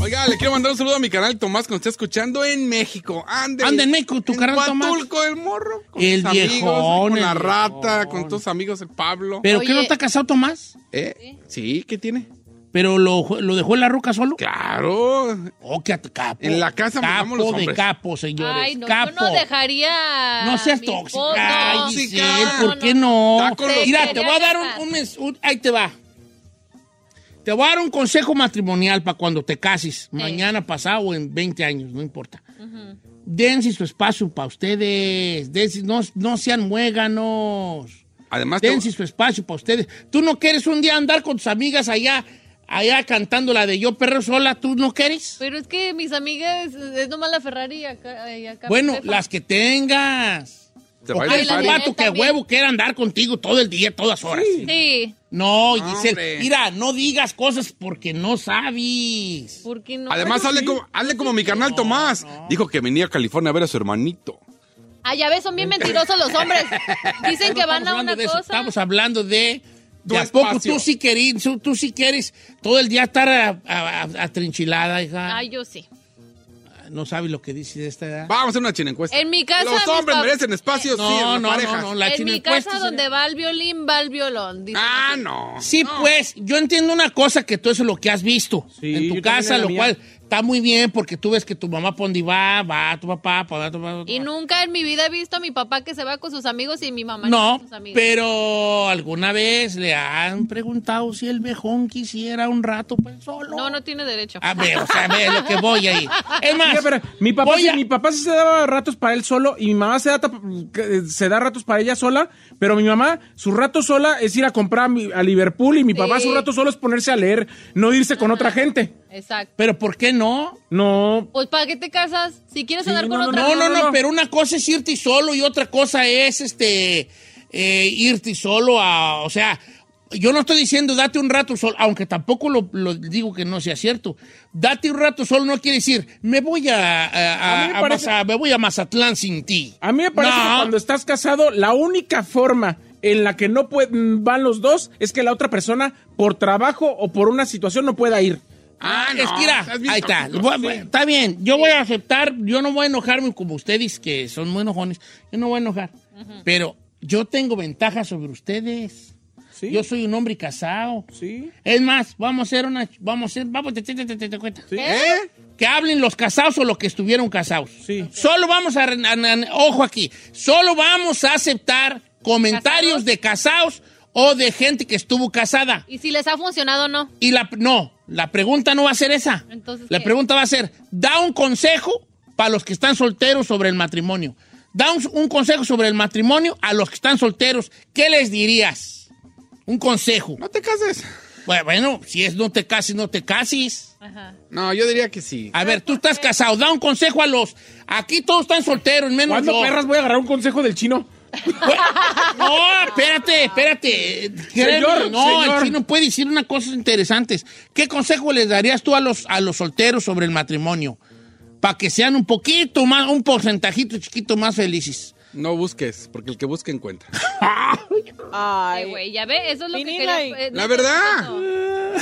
[SPEAKER 4] Oiga, le quiero mandar un saludo a mi canal Tomás que nos está escuchando en México. Ande.
[SPEAKER 2] Anda en México, tu canal Tomás.
[SPEAKER 4] Huatulco, el morro. Con
[SPEAKER 2] El
[SPEAKER 4] tus amigos,
[SPEAKER 2] viejón,
[SPEAKER 4] Con la
[SPEAKER 2] el
[SPEAKER 4] rata, con tus amigos, el Pablo.
[SPEAKER 2] ¿Pero qué no está casado Tomás?
[SPEAKER 4] ¿Eh? Sí, ¿qué tiene?
[SPEAKER 2] ¿Pero lo, lo dejó en la ruca solo?
[SPEAKER 4] Claro.
[SPEAKER 2] Oh, qué at- capo.
[SPEAKER 4] En la casa
[SPEAKER 2] Capo
[SPEAKER 4] mandamos los
[SPEAKER 2] de
[SPEAKER 4] hombres.
[SPEAKER 2] capo, señores.
[SPEAKER 3] Ay, no,
[SPEAKER 2] capo.
[SPEAKER 3] yo no dejaría.
[SPEAKER 2] No seas
[SPEAKER 3] mi
[SPEAKER 2] tóxica,
[SPEAKER 3] esposo.
[SPEAKER 2] ay, Giselle, ¿por qué no?
[SPEAKER 3] Está con los-
[SPEAKER 2] Mira,
[SPEAKER 3] Te
[SPEAKER 2] te voy a
[SPEAKER 3] quería
[SPEAKER 2] dar un, un mens- un- Ahí te va. Te voy a dar un consejo matrimonial para cuando te cases, mañana, pasado o en 20 años, no importa. Dense su espacio para ustedes. Dense- no, no sean muéganos.
[SPEAKER 4] Además, te-
[SPEAKER 2] Dense su espacio para ustedes. Tú no quieres un día andar con tus amigas allá allá cantando la de Yo Perro Sola, ¿tú no quieres?
[SPEAKER 3] Pero es que mis amigas es nomás la Ferrari y acá. y acá
[SPEAKER 2] Bueno,
[SPEAKER 3] Pepa.
[SPEAKER 2] las que tengas.
[SPEAKER 4] Te
[SPEAKER 3] va a ir
[SPEAKER 2] Porque
[SPEAKER 3] al
[SPEAKER 2] es
[SPEAKER 3] party.
[SPEAKER 2] un vato que a
[SPEAKER 3] También.
[SPEAKER 2] huevo quiere andar contigo todo el día, todas horas.
[SPEAKER 3] Sí.
[SPEAKER 4] No,
[SPEAKER 2] No, Giselle,
[SPEAKER 4] hombre.
[SPEAKER 2] mira, no digas cosas porque no sabes.
[SPEAKER 3] ¿Por qué no?
[SPEAKER 4] Además, hazle como, hazle como mi carnal Tomás. Dijo que venía a California a ver a su hermanito.
[SPEAKER 3] Ah, ya ves, son bien mentirosos los hombres. Dicen que van a
[SPEAKER 2] hablando
[SPEAKER 3] una
[SPEAKER 2] de eso,
[SPEAKER 3] cosa.
[SPEAKER 2] Estamos hablando de.
[SPEAKER 4] Tu
[SPEAKER 2] ¿De a poco
[SPEAKER 4] espacio.
[SPEAKER 2] tú sí, querí- tú, tú sí quieres todo el día estar a- a- a- atrinchilada, hija?
[SPEAKER 3] Ay, yo sí.
[SPEAKER 2] No sabes lo que dice de esta edad.
[SPEAKER 4] Vamos a hacer una china encuesta.
[SPEAKER 3] En mi casa.
[SPEAKER 4] Los
[SPEAKER 3] mis
[SPEAKER 4] hombres
[SPEAKER 3] pap-
[SPEAKER 4] merecen espacio, sí,
[SPEAKER 2] No,
[SPEAKER 4] en
[SPEAKER 2] no,
[SPEAKER 4] las parejas.
[SPEAKER 2] no, no, la ¿eh?
[SPEAKER 3] en mi
[SPEAKER 2] encuesta
[SPEAKER 3] casa
[SPEAKER 2] sería-
[SPEAKER 3] donde va el violín, va el violón. dicen
[SPEAKER 4] Ah,
[SPEAKER 3] así.
[SPEAKER 4] no.
[SPEAKER 2] Sí, pues, yo entiendo una cosa, que tú eso es lo que has visto en tu
[SPEAKER 10] yo también
[SPEAKER 2] casa,
[SPEAKER 10] en la
[SPEAKER 2] lo
[SPEAKER 10] mía.
[SPEAKER 2] cual está muy bien porque tú ves que tu mamá por donde va, va tu papá, pa' donde va, tu
[SPEAKER 3] Y nunca en mi vida he visto a mi papá que se va con sus amigos y mi mamá
[SPEAKER 2] No,
[SPEAKER 3] con sus amigos.
[SPEAKER 2] pero alguna vez le han preguntado si el viejón quisiera un rato pues, solo.
[SPEAKER 3] No, no tiene derecho.
[SPEAKER 2] A ver, o sea, a ver lo que voy ahí. Es más,
[SPEAKER 10] Oiga, pero mi papá,
[SPEAKER 2] voy
[SPEAKER 10] sí,
[SPEAKER 2] a-
[SPEAKER 10] mi papá sí se daba ratos para él solo y mi mamá se da, tap- eh, se da ratos para ella sola, pero mi mamá, su rato sola es ir a comprar a mi- a Liverpool y mi papá
[SPEAKER 3] Sí.
[SPEAKER 10] su rato solo es ponerse a leer, no irse con otra gente.
[SPEAKER 3] Exacto.
[SPEAKER 2] Pero ¿por qué no?
[SPEAKER 10] No.
[SPEAKER 3] Pues, ¿para qué te casas? Si quieres andar con otra
[SPEAKER 2] No, no,
[SPEAKER 3] persona.
[SPEAKER 2] no, pero una cosa es irte solo y otra cosa es este eh, irte solo a, o sea, yo no estoy diciendo date un rato solo, aunque tampoco lo, lo digo que no sea cierto. Date un rato solo no quiere decir me voy a, a-
[SPEAKER 10] A mí me
[SPEAKER 2] a
[SPEAKER 10] parece-
[SPEAKER 2] Maza- me voy a Mazatlán sin ti.
[SPEAKER 10] A mí me parece
[SPEAKER 2] No.
[SPEAKER 10] que cuando estás casado, la única forma en la que no pueden, van los dos es que la otra persona, por trabajo o por una situación, no pueda ir.
[SPEAKER 2] Ah,
[SPEAKER 10] no,
[SPEAKER 2] es que mira,
[SPEAKER 10] estás bien
[SPEAKER 2] ahí está.
[SPEAKER 10] tóxico,
[SPEAKER 2] Voy-
[SPEAKER 10] sí.
[SPEAKER 2] voy- Está bien, yo voy a aceptar, yo no voy a enojarme como ustedes que son muy enojones. Yo no voy a enojar. Pero yo tengo ventaja sobre ustedes. Yo soy un hombre casado. Es más, vamos a hacer una. Vamos a hacer. Vamos, te, te, te, te, te, te cuenta.
[SPEAKER 10] ¿Eh?
[SPEAKER 2] Que hablen los casados o los que estuvieron casados. Solo vamos a, re- a- a- Ojo aquí. Solo vamos a aceptar comentarios de casados o de gente que estuvo casada.
[SPEAKER 3] ¿Y si les ha funcionado o no?
[SPEAKER 2] Y la. No, la pregunta no va a ser esa.
[SPEAKER 3] Entonces,
[SPEAKER 2] La
[SPEAKER 3] ¿qué?
[SPEAKER 2] pregunta va a ser, da un consejo para los que están solteros sobre el matrimonio. Da un, un consejo sobre el matrimonio a los que están solteros. ¿Qué les dirías? Un consejo. No
[SPEAKER 4] te cases.
[SPEAKER 2] Bueno, si es no te cases, no te cases.
[SPEAKER 3] Ajá.
[SPEAKER 4] No, yo diría que sí.
[SPEAKER 2] A ver, tú estás casado, da un consejo a los... Aquí todos están solteros, menos
[SPEAKER 10] ¿Cuándo
[SPEAKER 2] yo.
[SPEAKER 10] perras voy a agarrar un consejo del chino?
[SPEAKER 2] No, espérate, espérate. Eh, créeme,
[SPEAKER 10] Señor,
[SPEAKER 2] no,
[SPEAKER 10] señor.
[SPEAKER 2] el chino puede decir unas cosas interesantes. ¿Qué consejo les darías tú a los, a los solteros sobre el matrimonio? Para que sean un poquito más, un porcentajito chiquito más felices.
[SPEAKER 4] No busques, porque el que busca encuentra.
[SPEAKER 3] Eh, güey, ya ve, eso es lo que quería. eh,
[SPEAKER 4] La
[SPEAKER 3] no,
[SPEAKER 4] verdad.
[SPEAKER 3] no, no.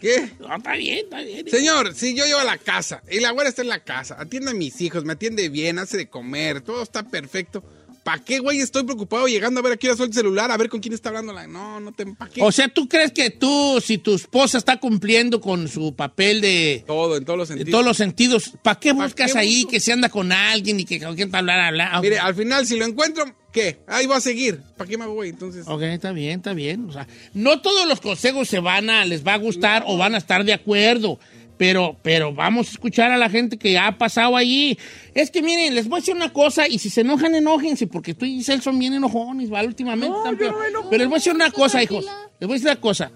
[SPEAKER 4] ¿Qué?
[SPEAKER 2] No, está bien, está bien.
[SPEAKER 4] Señor, si yo llevo a la casa y la güera está en la casa, atiende a mis hijos, me atiende bien, hace de comer, todo está perfecto. ¿Para qué, güey? Estoy preocupado llegando a ver a qué hora suelta el celular, a ver con quién está hablando. la- No, no te empaqué.
[SPEAKER 10] Oh,
[SPEAKER 2] O sea, ¿tú crees que tú, si tu esposa está cumpliendo con su papel de...
[SPEAKER 4] todo, en todos los
[SPEAKER 2] de
[SPEAKER 4] sentidos.
[SPEAKER 2] todos los sentidos, ¿para qué buscas
[SPEAKER 4] qué
[SPEAKER 2] ahí
[SPEAKER 4] busco?
[SPEAKER 2] que se anda con alguien y que con quién hablar, hablar?
[SPEAKER 4] Mire, al final, si lo encuentro, ¿qué? Ahí va a seguir. ¿Para qué me voy? Entonces,
[SPEAKER 10] Oh,
[SPEAKER 2] Ok, está bien, está bien. O sea, no todos los consejos se van a, les va a gustar o van a estar de acuerdo. Pero, pero vamos a escuchar a la gente que ha pasado allí. Es que miren, les voy a decir una cosa, y si se enojan, enójense, porque tú y Giselle son bien enojones, ¿vale? Últimamente están peor. Pero les voy a decir una cosa, hijos. Les voy a decir una cosa.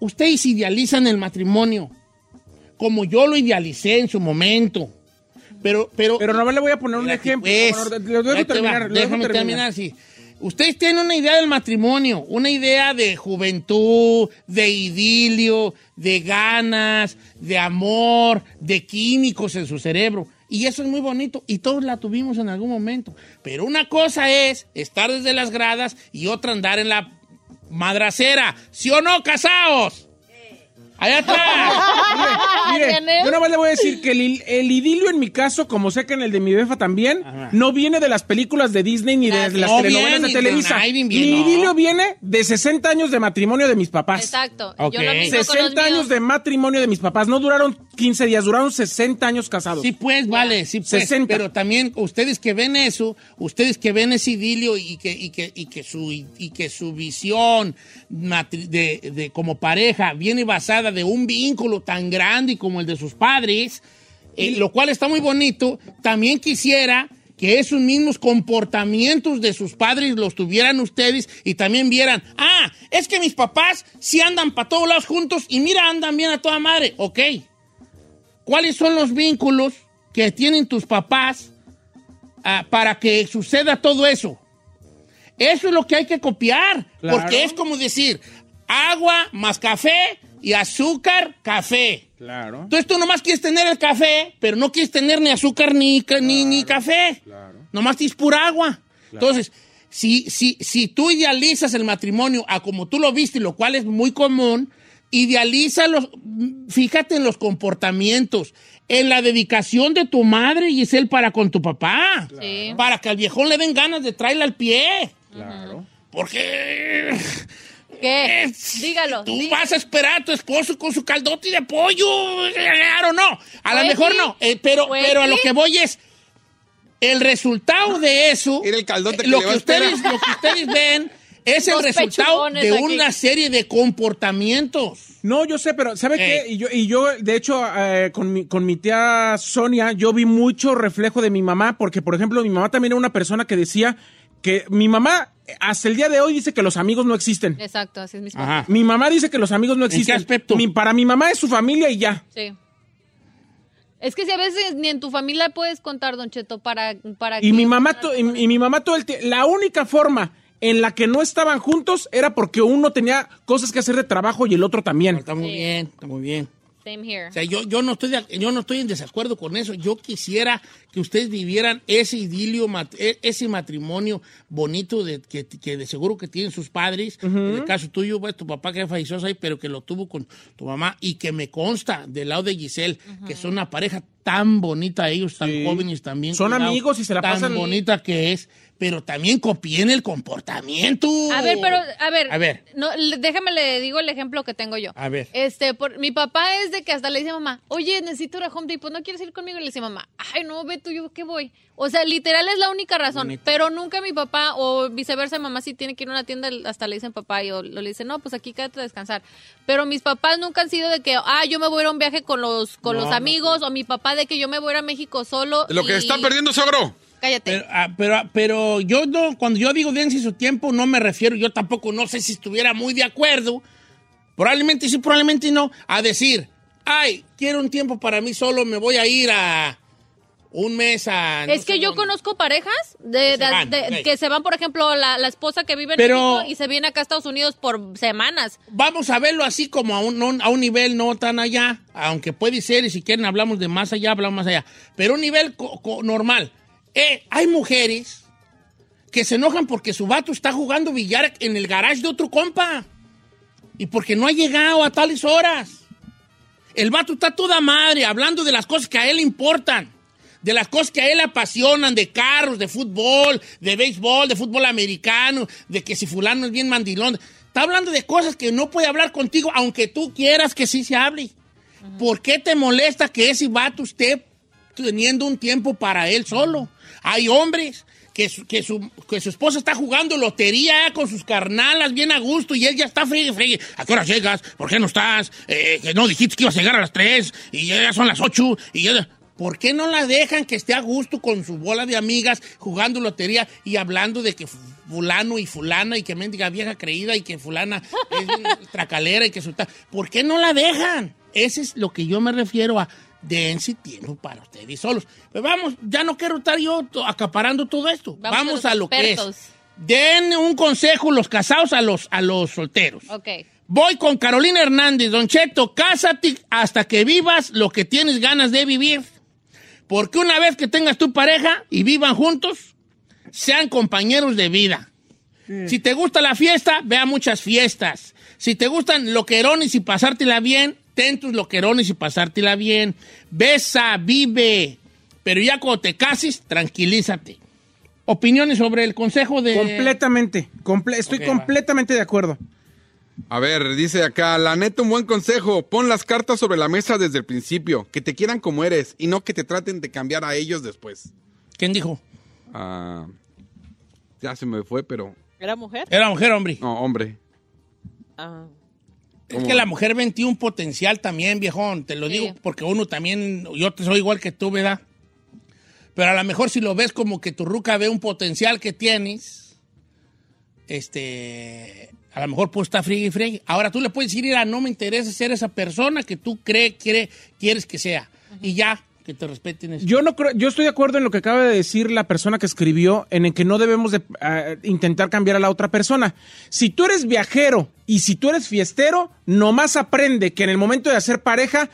[SPEAKER 2] Ustedes idealizan el matrimonio, como yo lo idealicé en su momento. Pero, pero.
[SPEAKER 10] Pero nomás le voy a poner un ejemplo. Bueno, le- le dejo
[SPEAKER 2] pues. ahí te va.
[SPEAKER 10] terminar, le dejo
[SPEAKER 2] Déjame
[SPEAKER 10] terminar.
[SPEAKER 2] terminar, sí. Ustedes tienen una idea del matrimonio, una idea de juventud, de idilio, de ganas, de amor, de químicos en su cerebro. Y eso es muy bonito y todos la tuvimos en algún momento. Pero una cosa es estar desde las gradas y otra andar en la madracera. ¿Sí o no, casaos? Allá atrás.
[SPEAKER 10] Mire,
[SPEAKER 3] Daniel.
[SPEAKER 10] yo nomás le voy a decir que el, il- el idilio en mi caso, como sé que en el de mi befa también, no viene de las películas de Disney ni de las
[SPEAKER 2] no
[SPEAKER 10] telenovelas
[SPEAKER 2] viene,
[SPEAKER 10] de Televisa.
[SPEAKER 2] ni de Naiden
[SPEAKER 10] mi
[SPEAKER 2] viene, no.
[SPEAKER 10] idilio viene de 60 años de matrimonio de mis papás.
[SPEAKER 3] Exacto.
[SPEAKER 10] Ah. Ok.
[SPEAKER 3] Yo lo mismo con los
[SPEAKER 10] 60
[SPEAKER 3] míos.
[SPEAKER 10] años de matrimonio de mis papás. No duraron 15 días, duraron 60 años casados.
[SPEAKER 2] Sí, pues, vale, sí, pues.
[SPEAKER 10] 60.
[SPEAKER 2] Pero también ustedes que ven eso, ustedes que ven ese idilio y que, y que, y que, su, y que su visión matri- de, de como pareja viene basada de un vínculo tan grande como el de sus padres, eh, lo cual está muy bonito, también quisiera que esos mismos comportamientos de sus padres los tuvieran ustedes y también vieran, ah, es que mis papás sí andan para todos lados juntos y mira, andan bien a toda madre. Ok. ¿Cuáles son los vínculos que tienen tus papás ah, para que suceda todo eso? Eso es lo que hay que copiar,
[SPEAKER 4] Claro.
[SPEAKER 2] porque es como decir agua más café y azúcar, café.
[SPEAKER 10] Claro.
[SPEAKER 2] Entonces tú nomás quieres tener el café, pero no quieres tener ni azúcar ni, ca- ni, ni café. Nomás tienes pura agua. Entonces, si, si, si tú idealizas el matrimonio a como tú lo viste, lo cual es muy común, idealiza los, fíjate en los comportamientos, en la dedicación de tu madre, Giselle, para con tu papá.
[SPEAKER 3] Sí.
[SPEAKER 2] Para que al viejón le den ganas de traerle al pie.
[SPEAKER 4] Claro.
[SPEAKER 2] Porque
[SPEAKER 3] ¿Qué? Dígalo.
[SPEAKER 2] tú vas a esperar a tu esposo con su caldote de pollo. Claro, no. A lo
[SPEAKER 3] Pues
[SPEAKER 2] mejor
[SPEAKER 3] sí.
[SPEAKER 2] no. eh, pero,
[SPEAKER 3] Pues
[SPEAKER 2] pero a lo
[SPEAKER 3] sí.
[SPEAKER 2] que voy es. El resultado de eso. eh,
[SPEAKER 4] que
[SPEAKER 2] lo,
[SPEAKER 4] le va
[SPEAKER 2] que
[SPEAKER 4] a esperar.
[SPEAKER 2] ustedes, lo que ustedes ven es el
[SPEAKER 10] Dos
[SPEAKER 2] resultado
[SPEAKER 10] pechugones
[SPEAKER 2] de
[SPEAKER 10] aquí.
[SPEAKER 2] una serie de comportamientos. Eh,
[SPEAKER 10] No, yo sé, pero ¿sabe qué? Y yo, y yo de hecho, eh, con, mi, con mi tía Sonia, yo vi mucho reflejo de mi mamá, porque, por ejemplo, mi mamá también era una persona que decía que mi mamá eh, hasta el día de hoy dice que los amigos no existen.
[SPEAKER 3] Exacto, así es mi
[SPEAKER 10] Mi mamá dice que los amigos no
[SPEAKER 2] qué
[SPEAKER 10] existen.
[SPEAKER 2] aspecto?
[SPEAKER 10] Mi- para mi mamá es su familia y ya.
[SPEAKER 3] Sí. Es que si a veces ni en tu familia puedes contar, Don Cheto, para, para
[SPEAKER 10] Y mi mamá, to- y, y mi mamá todo el tie- La única forma en la que no estaban juntos era porque uno tenía cosas que hacer de trabajo y el otro también.
[SPEAKER 2] Está muy bien, está muy bien.
[SPEAKER 3] Same here.
[SPEAKER 2] O sea, yo, yo, no estoy de- yo no estoy en desacuerdo con eso. Yo quisiera que ustedes vivieran ese idilio, mat- e- ese matrimonio bonito de, que, que de seguro que tienen sus padres. En el caso tuyo, pues, tu papá que falleció, ahí, pero que lo tuvo con tu mamá y que me consta del lado de Giselle, que son una pareja tan bonita ellos, tan jóvenes también.
[SPEAKER 10] Son amigos y se la
[SPEAKER 2] tan
[SPEAKER 10] pasan-
[SPEAKER 2] bonita que es, pero también copien el comportamiento.
[SPEAKER 3] A ver, pero, a ver.
[SPEAKER 2] A ver.
[SPEAKER 3] No, le- déjame le digo el ejemplo que tengo yo.
[SPEAKER 2] A ver.
[SPEAKER 3] Este, por, mi papá es de que hasta le dice a mamá, oye, necesito ir a Home Depot, ¿no quieres ir conmigo? Y le dice mamá, ay, no, ve tú, yo que voy. O sea, literal es la única razón.
[SPEAKER 2] Bonito.
[SPEAKER 3] Pero nunca mi papá o viceversa, mamá sí tiene que ir a una tienda, hasta le dicen papá y o, le dicen, no, pues aquí quédate a descansar. Pero mis papás nunca han sido de que, ah, yo me voy a ir a un viaje con los, con
[SPEAKER 2] No,
[SPEAKER 3] los
[SPEAKER 2] no,
[SPEAKER 3] amigos o mi papá de que yo me voy a ir a México solo.
[SPEAKER 4] Lo que
[SPEAKER 3] y-
[SPEAKER 4] está perdiendo, sogro.
[SPEAKER 3] Cállate.
[SPEAKER 2] Pero, ah, pero, ah, pero yo no, cuando yo digo dense su tiempo, no me refiero, yo tampoco no sé si estuviera muy de acuerdo, probablemente sí, probablemente no, a decir, ay, quiero un tiempo para mí solo, me voy a ir a un mes a... no
[SPEAKER 3] es que
[SPEAKER 2] sé
[SPEAKER 3] yo
[SPEAKER 2] dónde.
[SPEAKER 3] conozco parejas de,
[SPEAKER 2] se
[SPEAKER 3] de-
[SPEAKER 2] van,
[SPEAKER 3] de-
[SPEAKER 2] ok.
[SPEAKER 3] que se van, por ejemplo, la, la esposa que vive en
[SPEAKER 2] Pero-
[SPEAKER 3] México y se viene acá a Estados Unidos por semanas.
[SPEAKER 2] Vamos a verlo así como a un, no- a un nivel no tan allá, aunque puede ser, y si quieren hablamos de más allá, hablamos más allá, pero un nivel co- co- normal. Eh, hay mujeres que se enojan porque su vato está jugando billar en el garage de otro compa y porque no ha llegado a tales horas. El vato está toda madre hablando de las cosas que a él le importan, de las cosas que a él le apasionan, de carros, de fútbol, de béisbol, de fútbol americano, de que si fulano es bien mandilón. Está hablando de cosas que no puede hablar contigo, aunque tú quieras que sí se hable. ¿Por qué te molesta que ese vato esté teniendo un tiempo para él solo? Hay hombres que su, que su, que su esposa está jugando lotería con sus carnalas bien a gusto y él ya está fregue, fregue. ¿A qué hora llegas? ¿Por qué no estás? Eh, que no dijiste que ibas a llegar a las 3 y ya ya son las 8 y ya... ¿Por qué no la dejan que esté a gusto con su bola de amigas jugando lotería y hablando de que fulano y fulana y que mendiga vieja creída y que fulana es bien tracalera y que su ta- ¿Por qué no la dejan? Ese es lo que yo me refiero a dense tiempo para ustedes solos. Pues vamos, ya no quiero estar yo to- acaparando todo esto. Vamos,
[SPEAKER 3] los
[SPEAKER 2] a, lo que es.
[SPEAKER 3] expertos.
[SPEAKER 2] Den un consejo los casados a los, a los solteros.
[SPEAKER 3] Ok.
[SPEAKER 2] Voy con Carolina Hernández. Don Cheto, cásate hasta que vivas lo que tienes ganas de vivir. Porque una vez que tengas tu pareja y vivan juntos, sean compañeros de vida.
[SPEAKER 10] Mm.
[SPEAKER 2] Si te gusta la fiesta, ve a muchas fiestas. Si te gustan loquerones y pasártela bien, ten tus loquerones y pasártela bien. Besa, vive. Pero ya cuando te cases, tranquilízate. Opiniones sobre el consejo de...
[SPEAKER 10] Completamente. comple- estoy
[SPEAKER 2] Ok, va.
[SPEAKER 10] completamente de acuerdo.
[SPEAKER 4] A ver, dice acá, la neta, un buen consejo. Pon las cartas sobre la mesa desde el principio. Que te quieran como eres y no que te traten de cambiar a ellos después.
[SPEAKER 2] ¿Quién dijo?
[SPEAKER 4] Ah, ya se me fue, pero.
[SPEAKER 5] ¿Era mujer?
[SPEAKER 2] Era mujer, hombre.
[SPEAKER 4] No, hombre.
[SPEAKER 5] Ah.
[SPEAKER 2] Es que la mujer 21 potencial también, viejón. Te lo digo porque uno también, yo te soy igual que tú, ¿verdad? Pero a lo mejor si lo ves como que tu ruca ve un potencial que tienes, este, a lo mejor pues está friegue y friegue. Ahora tú le puedes decir, mira, no me interesa ser esa persona que tú cree, quiere, quieres que sea. Y ya, que te respeten eso.
[SPEAKER 10] Yo no creo, yo estoy de acuerdo en lo que acaba de decir la persona que escribió, en el que no debemos de, ah, intentar cambiar a la otra persona. Si tú eres viajero y si tú eres fiestero, nomás aprende que en el momento de hacer pareja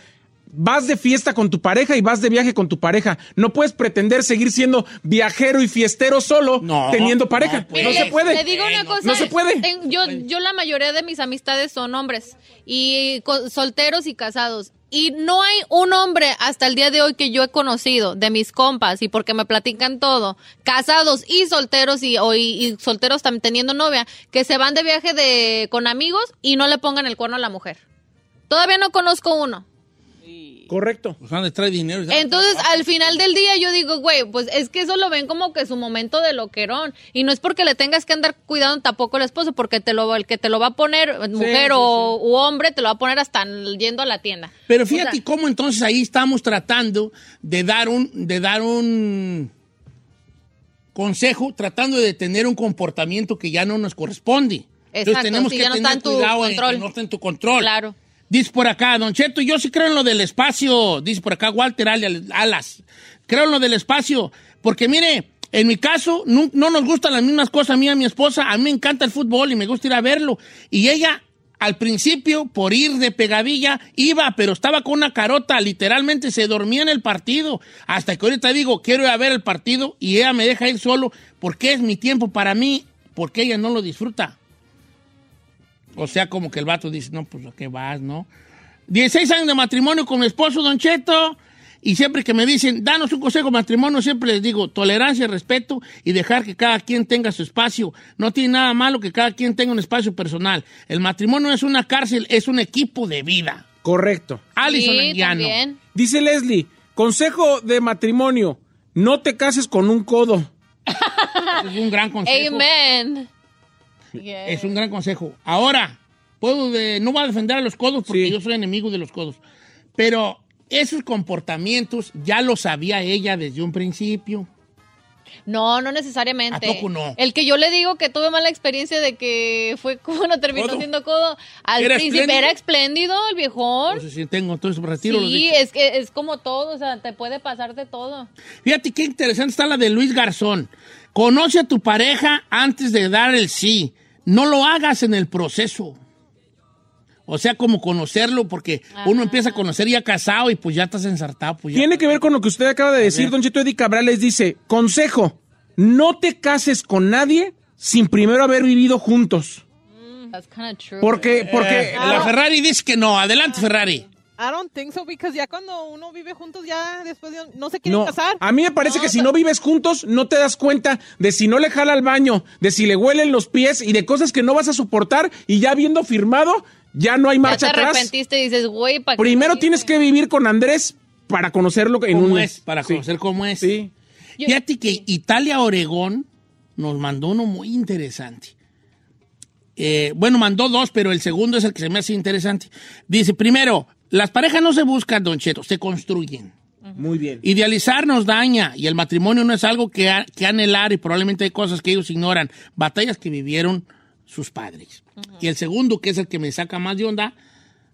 [SPEAKER 10] vas de fiesta con tu pareja y vas de viaje con tu pareja. No puedes pretender seguir siendo viajero y fiestero solo teniendo pareja.
[SPEAKER 2] Pues
[SPEAKER 10] No,
[SPEAKER 3] Mire,
[SPEAKER 10] se puede.
[SPEAKER 3] Te digo una cosa.
[SPEAKER 10] No se puede.
[SPEAKER 3] ten- yo, yo la mayoría de mis amistades son hombres y co- solteros y casados. Y no hay un hombre hasta el día de hoy que yo he conocido de mis compas y porque me platican todo, casados y solteros y, o y- y solteros también teniendo novia, que se van de viaje de, con amigos y no le pongan el cuerno a la mujer. Todavía no conozco uno.
[SPEAKER 10] Correcto.
[SPEAKER 2] Pues han de traer dinero. y-
[SPEAKER 3] Entonces, al final del día yo digo, güey, pues es que eso lo ven como que su momento de loquerón. Y no es porque le tengas que andar cuidando tampoco el esposo, porque te lo, el que te lo va a poner, mujer
[SPEAKER 2] sí,
[SPEAKER 3] o u hombre, te lo va a poner hasta yendo a la tienda.
[SPEAKER 2] Pero fíjate cómo entonces ahí estamos tratando de dar un, de dar un consejo, tratando de tener un comportamiento que ya no nos corresponde.
[SPEAKER 3] Exacto,
[SPEAKER 2] entonces tenemos
[SPEAKER 3] si
[SPEAKER 2] que
[SPEAKER 3] ya no
[SPEAKER 2] tener
[SPEAKER 3] está en tu
[SPEAKER 2] cuidado en
[SPEAKER 3] control.
[SPEAKER 2] que no está en tu control.
[SPEAKER 3] Claro.
[SPEAKER 2] Dice por acá, Don Cheto, yo sí creo en lo del espacio. Dice por acá Walter Al- Alas. Creo en lo del espacio. Porque mire, en mi caso, nu- no, nos gustan las mismas cosas a mí y a mi esposa. A mí me encanta el fútbol y me gusta ir a verlo. Y ella, al principio, por ir de pegadilla, iba, pero estaba con una carota. Literalmente se dormía en el partido. Hasta que ahorita digo, quiero ir a ver el partido y ella me deja ir solo porque es mi tiempo para mí, porque ella no lo disfruta. O sea, como que el vato dice, no, pues a qué vas, ¿no? 16 años de matrimonio con mi esposo, Don Cheto. Y siempre que me dicen, danos un consejo de matrimonio, siempre les digo, tolerancia, respeto y dejar que cada quien tenga su espacio. No tiene nada malo que cada quien tenga un espacio personal. El matrimonio no es una cárcel, es un equipo de vida.
[SPEAKER 10] Correcto.
[SPEAKER 2] Alison Sí, Anguiano. también.
[SPEAKER 10] Dice Leslie, consejo de matrimonio, no te cases con un codo.
[SPEAKER 2] Es un gran consejo.
[SPEAKER 3] Amen.
[SPEAKER 2] Es un gran consejo. Ahora, puedo de- no voy a defender a los codos porque yo soy enemigo de los codos. Pero esos comportamientos ya los sabía ella desde un principio.
[SPEAKER 3] No, no necesariamente.
[SPEAKER 2] ¿A poco no?
[SPEAKER 3] El que yo le digo que tuve mala experiencia de que fue como no terminó
[SPEAKER 2] Codo.
[SPEAKER 3] siendo codo. Al
[SPEAKER 2] ¿Era
[SPEAKER 3] principio
[SPEAKER 2] espléndido?
[SPEAKER 3] era espléndido el viejón.
[SPEAKER 2] Entonces, si tengo entonces retiro los
[SPEAKER 3] sí,
[SPEAKER 2] dichos.
[SPEAKER 3] es que es como todo, o sea, te puede pasar de todo.
[SPEAKER 2] Fíjate qué interesante está la de Luis Garzón. Conoce a tu pareja antes de dar el sí. No lo hagas en el proceso. O sea, como conocerlo, porque uno empieza a conocer ya casado y pues ya estás ensartado. Pues ya.
[SPEAKER 10] Tiene que ver con lo que usted acaba de decir, don Cheto Eddie Cabral les dice, consejo, no te cases con nadie sin primero haber vivido juntos.
[SPEAKER 3] That's kinda true.
[SPEAKER 10] Porque, porque...
[SPEAKER 2] Eh, la Ferrari dice que no. Adelante, Ferrari.
[SPEAKER 5] I don't think so, because ya cuando uno vive juntos, ya después de- no se quieren
[SPEAKER 10] No,
[SPEAKER 5] casar.
[SPEAKER 10] a mí me parece que si no vives juntos, no te das cuenta de si no le jala al baño, de si le huelen los pies y de cosas que no vas a soportar y ya viendo firmado, ya no hay
[SPEAKER 3] Ya te
[SPEAKER 10] marcha atrás.
[SPEAKER 3] arrepentiste y dices, güey, ¿para qué
[SPEAKER 10] Primero
[SPEAKER 3] me
[SPEAKER 10] tienes que vivir con Andrés para conocerlo en
[SPEAKER 2] ¿Cómo
[SPEAKER 10] un
[SPEAKER 2] es? Para conocer cómo es. Sí.
[SPEAKER 3] Yo-
[SPEAKER 2] Fíjate que Italia Oregón nos mandó uno muy interesante. Eh, bueno, mandó dos, pero el segundo es el que se me hace interesante. Dice, primero, las parejas no se buscan, don Cheto, se construyen.
[SPEAKER 10] Muy bien.
[SPEAKER 2] Idealizar nos daña y el matrimonio no es algo que, a- que anhelar y probablemente hay cosas que ellos ignoran, batallas que vivieron sus padres. Y el segundo, que es el que me saca más de onda,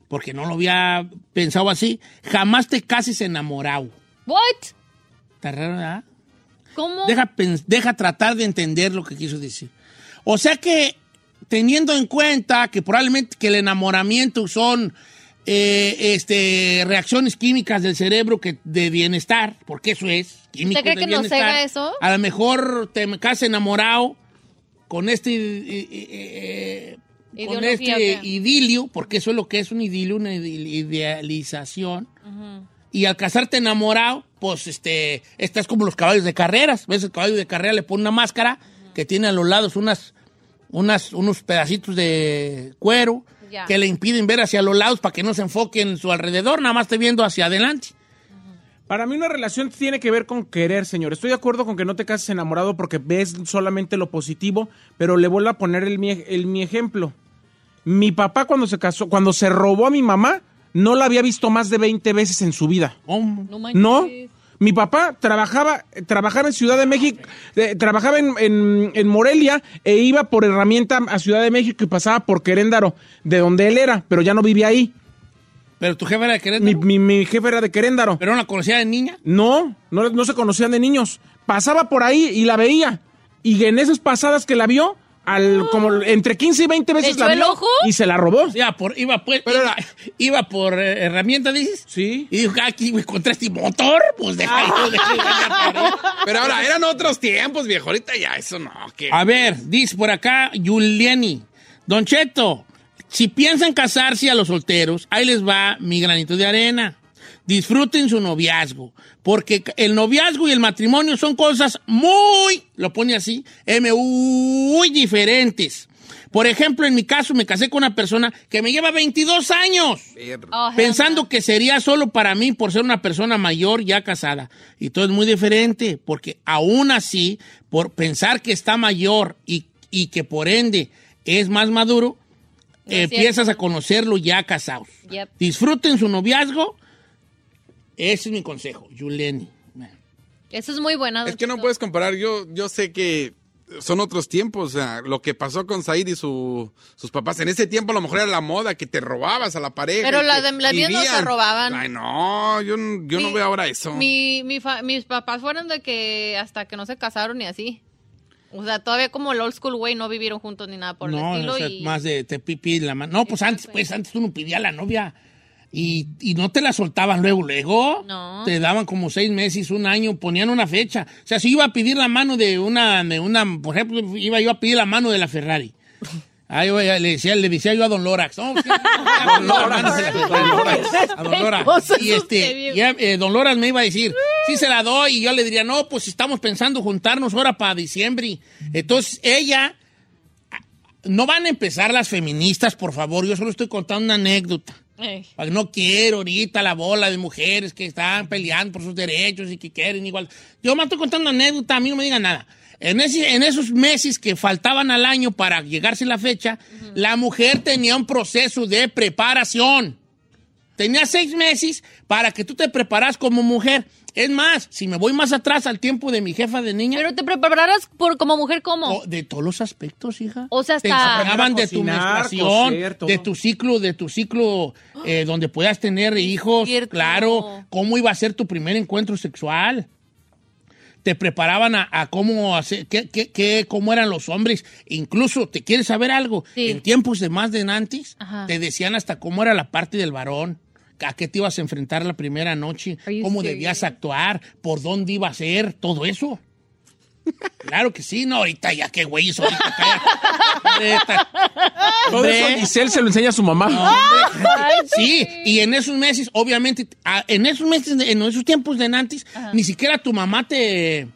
[SPEAKER 2] porque no lo había pensado así, jamás te cases enamorado.
[SPEAKER 3] What?
[SPEAKER 2] Está raro, ¿verdad?
[SPEAKER 3] ¿Cómo?
[SPEAKER 2] ¿ah? Deja, pens- deja tratar de entender lo que quiso decir. O sea que, teniendo en cuenta que probablemente que el enamoramiento son eh, este, reacciones químicas del cerebro que, de bienestar, porque eso es, químico
[SPEAKER 3] ¿Usted cree
[SPEAKER 2] de
[SPEAKER 3] que nos
[SPEAKER 2] bienestar.
[SPEAKER 3] cega eso?
[SPEAKER 2] A lo mejor te me casas enamorado con este, eh, eh, eh, con
[SPEAKER 3] Ideología,
[SPEAKER 2] este
[SPEAKER 3] ¿o qué?
[SPEAKER 2] idilio, porque eso es lo que es un idilio, una idil- idealización.
[SPEAKER 3] Ujú.
[SPEAKER 2] Y al casarte enamorado, pues este, estás como los caballos de carreras. ¿Ves? El caballo de carrera le pone una máscara que tiene a los lados unas, unas, unos pedacitos de cuero
[SPEAKER 11] Ya.
[SPEAKER 2] que le impiden ver hacia los lados para que no se enfoque en su alrededor, nada más esté viendo hacia adelante.
[SPEAKER 10] Para mí una relación tiene que ver con querer, señor. Estoy de acuerdo con que no te cases enamorado porque ves solamente lo positivo, pero le vuelvo a poner el mi, el mi ejemplo. Mi papá cuando se casó, cuando se robó a mi mamá, no la había visto más de 20 veces en su vida.
[SPEAKER 2] ¿Cómo?
[SPEAKER 3] No manches.
[SPEAKER 10] No, Mi papá trabajaba, trabajaba en Ciudad eh, de México, eh, trabajaba en, en- en Morelia e iba por herramienta a Ciudad de México y pasaba por Queréndaro, de donde él era, pero ya no vivía ahí.
[SPEAKER 2] ¿Pero tu jefe era de Queréndaro?
[SPEAKER 10] Mi, mi- mi jefe era de Queréndaro.
[SPEAKER 2] ¿Pero no la conocía de niña?
[SPEAKER 10] No, no, no se conocían de niños. Pasaba por ahí y la veía. Y en esas pasadas que la vio, al, como entre 15 y 20 veces
[SPEAKER 2] echó
[SPEAKER 10] la
[SPEAKER 2] el
[SPEAKER 10] vio
[SPEAKER 2] ojo?
[SPEAKER 3] Ah,
[SPEAKER 10] y se la robó.
[SPEAKER 2] Ya, por, iba, pues, iba, iba por eh, herramienta, dices.
[SPEAKER 10] Sí.
[SPEAKER 2] Y dijo, ah, aquí, güey, encontré este motor, pues deja yo, deja yo, ya paré.
[SPEAKER 4] Pero ahora, eran otros tiempos, viejo. Ahorita ya, eso no. ¿qué?
[SPEAKER 10] Ah.
[SPEAKER 2] A ver, dice por acá Giuliani. Don Cheto, si piensan casarse a los solteros, ahí les va mi granito de arena. Disfruten su noviazgo, porque el noviazgo y el matrimonio son cosas muy, lo pone así, M, muy diferentes. Por ejemplo, en mi caso me casé con una persona que me lleva 22 años. Pensando que sería solo para mí por ser una persona mayor ya casada. Y todo es muy diferente, porque aún así, por pensar que está mayor y, y que por ende es más maduro,
[SPEAKER 11] No es
[SPEAKER 2] empiezas
[SPEAKER 11] cierto.
[SPEAKER 2] a conocerlo ya casados.
[SPEAKER 11] Yep.
[SPEAKER 2] Disfruten su noviazgo. Ese es mi consejo, Yuleni.
[SPEAKER 3] Eso es muy buena.
[SPEAKER 4] Es que no puedes comparar. Yo, yo sé que son otros tiempos. O sea, lo que pasó con Said y su- sus papás. En ese tiempo a lo mejor era la moda, que te robabas a la pareja.
[SPEAKER 3] Pero
[SPEAKER 4] y
[SPEAKER 3] la
[SPEAKER 4] que
[SPEAKER 3] de- las mías no se
[SPEAKER 4] vivían.
[SPEAKER 3] robaban.
[SPEAKER 4] Ay, no. Yo, n- yo no
[SPEAKER 3] Mi-
[SPEAKER 4] veo ahora eso.
[SPEAKER 3] Mi, mi fa- mis papás fueron de que hasta que no se casaron y así. O sea, todavía como el old school güey no vivieron juntos ni nada por el
[SPEAKER 2] No,
[SPEAKER 3] estilo.
[SPEAKER 2] o sea,
[SPEAKER 3] y...
[SPEAKER 2] más de te pipí la mano. No, pues antes, pues antes tú no pedías a la novia y, y no te la soltaban luego, luego.
[SPEAKER 3] No.
[SPEAKER 2] Te daban como seis meses, un año, ponían una fecha. O sea, si iba a pedir la mano de una, de una, por ejemplo, iba yo a pedir la mano de la Ferrari. Ahí oiga, le decía, le decía yo a Don Lorax. No, sí, a Don Lorax. A Don Lorax. Y este, ya, eh, Don Lorax me iba a decir, sí se la doy. Y yo le diría, no, pues estamos pensando juntarnos ahora para diciembre. Entonces, ella no van a empezar las feministas, por favor. Yo solo estoy contando una anécdota.
[SPEAKER 3] Ey.
[SPEAKER 2] Porque Pues No quiero ahorita la bola de mujeres que están peleando por sus derechos y que quieren igual. Yo me estoy contando una anécdota, a mí no me digan nada. En, ese- en esos meses que faltaban al año para llegarse la fecha, la mujer tenía un proceso de preparación. Tenía seis meses para que tú te preparas como mujer. Es más, si me voy más atrás al tiempo de mi jefa de niña.
[SPEAKER 3] Pero te prepararás por como mujer cómo?
[SPEAKER 2] de todos los aspectos, hija.
[SPEAKER 3] O sea,
[SPEAKER 2] Te
[SPEAKER 3] hasta
[SPEAKER 2] enseñaban de tu
[SPEAKER 10] Cocinar,
[SPEAKER 2] menstruación,
[SPEAKER 10] coser, todo.
[SPEAKER 2] de tu ciclo, de tu ciclo eh, donde puedas tener hijos, claro, cómo iba a ser tu primer encuentro sexual. Te preparaban a, a cómo hacer, qué, qué- qué- cómo eran los hombres. Incluso, ¿te quieres saber algo?
[SPEAKER 11] Sí.
[SPEAKER 2] En tiempos de más de antes,
[SPEAKER 11] Ajá.
[SPEAKER 2] te decían hasta cómo era la parte del varón, a qué te ibas a enfrentar la primera noche, cómo debías actuar, por dónde iba a ser, todo eso. Claro que sí, no, ahorita ya qué güey ahorita cállate. Neta.
[SPEAKER 10] Todo eso
[SPEAKER 2] Hombre.
[SPEAKER 10] Giselle se lo enseña a su mamá.
[SPEAKER 2] Sí, y en esos meses, obviamente, a- en esos meses, en esos tiempos de Nantes, ni siquiera tu mamá te.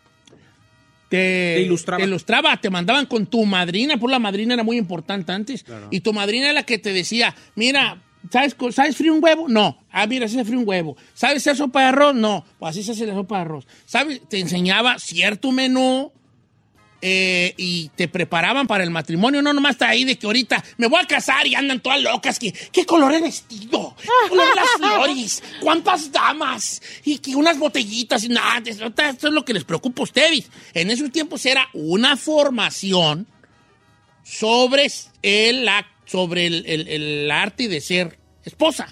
[SPEAKER 2] Te,
[SPEAKER 10] Te ilustraba.
[SPEAKER 2] te ilustraba, te mandaban con tu madrina, por la madrina era muy importante antes. Y tu madrina era la que te decía, mira, ¿sabes, co- ¿sabes frío un huevo? No. Ah, mira, así se frío un huevo. ¿Sabes hacer sopa de arroz? No. Pues así se hace la sopa de arroz. ¿Sabes? Te enseñaba cierto menú eh, y te preparaban para el matrimonio. No nomás está ahí de que ahorita me voy a casar y andan todas locas. Que, ¿Qué color es vestido? ¿Qué color las flores? ¿Cuántas damas? Y que unas botellitas y nada. Eso eso es lo que les preocupa a ustedes. En esos tiempos era una formación sobre el, ac- sobre el, el- el arte de ser esposa.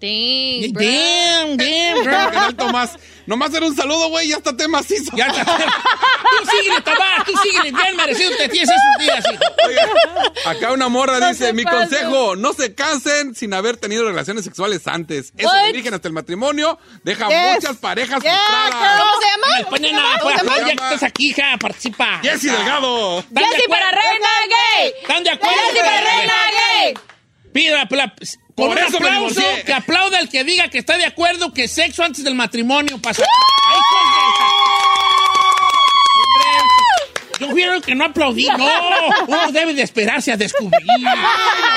[SPEAKER 3] Damn, bro.
[SPEAKER 2] Damn, damn, bro.
[SPEAKER 4] Canal Tomás. Nomás era un saludo, güey, ya está te macizo.
[SPEAKER 2] Ya está. Tú síguele, Tomás, tú síguele. Bien merecido te tienes esos días, hijo.
[SPEAKER 4] Acá una morra
[SPEAKER 2] No
[SPEAKER 4] dice,
[SPEAKER 2] se
[SPEAKER 4] mi
[SPEAKER 2] pasen".
[SPEAKER 4] consejo, no se casen sin haber tenido relaciones sexuales antes. Eso
[SPEAKER 3] What?
[SPEAKER 4] se dirigen hasta el matrimonio, deja
[SPEAKER 3] Yes.
[SPEAKER 4] muchas parejas
[SPEAKER 3] Yeah,
[SPEAKER 4] frustradas.
[SPEAKER 3] girl. ¿Cómo se llama?
[SPEAKER 2] Me ponen
[SPEAKER 3] ¿Cómo
[SPEAKER 2] a-
[SPEAKER 3] se llama?
[SPEAKER 2] ya que estás aquí, hija, participa. pues.
[SPEAKER 4] Jessy Delgado.
[SPEAKER 2] ¿Están de
[SPEAKER 3] Jessy para
[SPEAKER 2] acuerdo?
[SPEAKER 3] reina gay.
[SPEAKER 2] ¿Están de acuerdo?
[SPEAKER 3] Jessy para reina gay.
[SPEAKER 2] pues. Pida apla-
[SPEAKER 4] Por
[SPEAKER 2] con un
[SPEAKER 4] eso me
[SPEAKER 2] aplauso
[SPEAKER 4] divorcié.
[SPEAKER 2] que aplauda el que diga que está de acuerdo que sexo antes del matrimonio pasa. Yo quiero que no aplaudí, no. Uno debe de esperarse a descubrir.
[SPEAKER 3] Ay,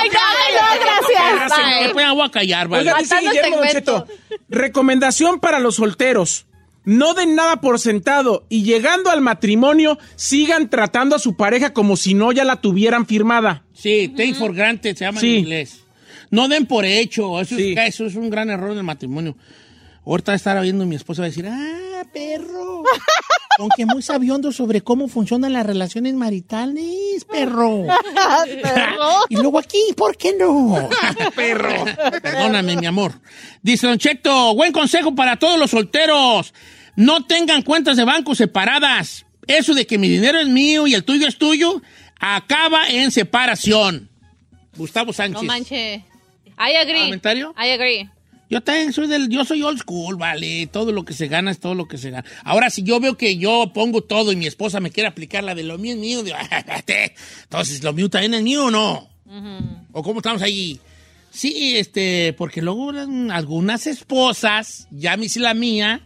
[SPEAKER 3] no,
[SPEAKER 5] no, gracias.
[SPEAKER 2] Bye. Me voy a callar, vale.
[SPEAKER 10] Oiga, dice Guillermo Don Cheto, recomendación para los solteros. No den nada por sentado y llegando al matrimonio sigan tratando a su pareja como si no ya la tuvieran firmada.
[SPEAKER 2] Sí, take for granted se llama en
[SPEAKER 10] Sí.
[SPEAKER 2] inglés. No den por hecho, eso, es, eso es un gran error del matrimonio. Ahorita estará viendo mi esposa va a decir, ah, perro. Aunque muy sabiondo sobre cómo funcionan las relaciones maritales, perro.
[SPEAKER 5] Perro.
[SPEAKER 2] y luego aquí, ¿por qué no? perro. Perdóname, mi amor. Dice Don Cheto, buen consejo para todos los solteros. No tengan cuentas de banco separadas. Eso de que mi dinero es mío y el tuyo es tuyo, acaba en separación. Gustavo
[SPEAKER 3] No
[SPEAKER 2] Sánchez.
[SPEAKER 3] manches. I agree.
[SPEAKER 2] ¿Comentario?
[SPEAKER 3] I agree.
[SPEAKER 2] Yo también soy del, yo soy old school, vale. Todo lo que se gana es todo lo que se gana. Ahora, si yo veo que yo pongo todo y mi esposa me quiere aplicar la de lo mío es mío, digo, entonces lo mío también es mío o no. ¿O cómo estamos ahí? Sí, este, porque luego mm, algunas esposas, ya me hice la mía,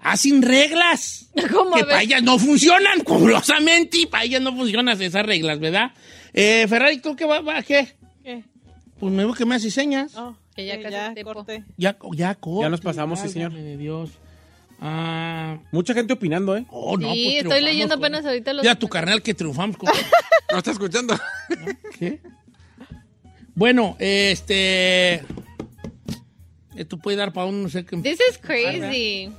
[SPEAKER 2] hacen reglas
[SPEAKER 3] ¿Cómo? A
[SPEAKER 2] que
[SPEAKER 3] ver.
[SPEAKER 2] para ellas no funcionan, curiosamente, y para ellas no funcionan esas reglas, ¿verdad? Eh, Ferrari, ¿tú qué va, va- qué?
[SPEAKER 5] ¿Qué?
[SPEAKER 2] Pues me veo que me haces señas.
[SPEAKER 3] oh, Que ya casi es tiempo.
[SPEAKER 2] Ya, ya, corte,
[SPEAKER 10] Ya nos pasamos, sí, señor.
[SPEAKER 2] válgame de Dios. Ah,
[SPEAKER 10] Mucha gente opinando, ¿eh?
[SPEAKER 2] Oh, no,
[SPEAKER 3] sí,
[SPEAKER 2] pues
[SPEAKER 3] estoy
[SPEAKER 2] triunfamos
[SPEAKER 3] leyendo
[SPEAKER 2] con-
[SPEAKER 3] apenas ahorita los.
[SPEAKER 2] Ya tu carnal que triunfamos con...
[SPEAKER 4] ¿No está escuchando?
[SPEAKER 2] ¿Qué? Bueno, este... Esto puede dar para uno, no sé qué...
[SPEAKER 3] This is crazy.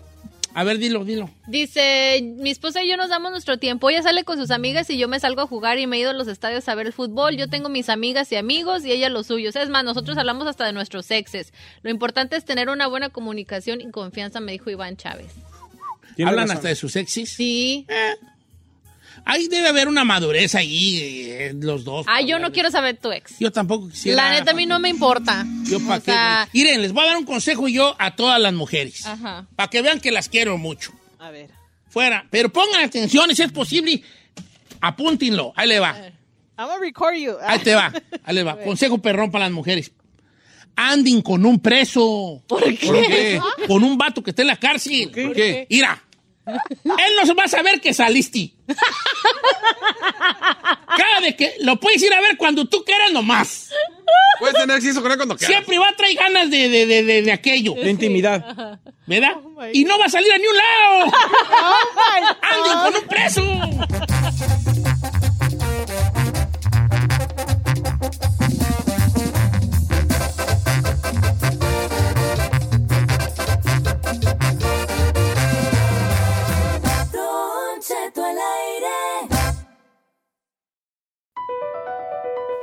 [SPEAKER 2] A ver, dilo, dilo.
[SPEAKER 3] Dice, mi esposa y yo nos damos nuestro tiempo. Ella sale con sus amigas y yo me salgo a jugar y me he ido a los estadios a ver el fútbol. Yo tengo mis amigas y amigos y ella los suyos. Es más, nosotros hablamos hasta de nuestros exes. Lo importante es tener una buena comunicación y confianza, me dijo Iván Chávez.
[SPEAKER 2] ¿Hablan
[SPEAKER 10] razón.
[SPEAKER 2] hasta de sus exes?
[SPEAKER 3] Sí.
[SPEAKER 2] Eh, Ahí debe haber una madurez ahí, eh, los dos.
[SPEAKER 3] Ah, yo no quiero saber tu ex.
[SPEAKER 2] Yo tampoco quisiera...
[SPEAKER 3] La neta a mí no me importa.
[SPEAKER 2] Yo pa'
[SPEAKER 3] o sea-
[SPEAKER 2] qué... Miren, les voy a dar un consejo yo a todas las mujeres.
[SPEAKER 3] Ajá.
[SPEAKER 2] Para que vean que las quiero mucho.
[SPEAKER 5] A ver.
[SPEAKER 2] Fuera. Pero pongan atención y si es posible, apúntenlo. Ahí le va.
[SPEAKER 5] I'm gonna record you.
[SPEAKER 2] Ahí te va. Ahí le va. Consejo perrón para las mujeres. Anden con un preso. ¿Por qué? Con un vato que esté en la cárcel.
[SPEAKER 4] qué?
[SPEAKER 2] Mira. Él no se va a saber que saliste. Cada vez que lo puedes ir a ver cuando tú quieras nomás.
[SPEAKER 4] Puedes tener acceso con él cuando quieras.
[SPEAKER 2] Siempre va a traer ganas de, de- de- de- de aquello.
[SPEAKER 10] De intimidad.
[SPEAKER 2] ¿Verdad? y no va a salir a ni un lado. Oh Anden con un preso.
[SPEAKER 6] Don Cheto al aire.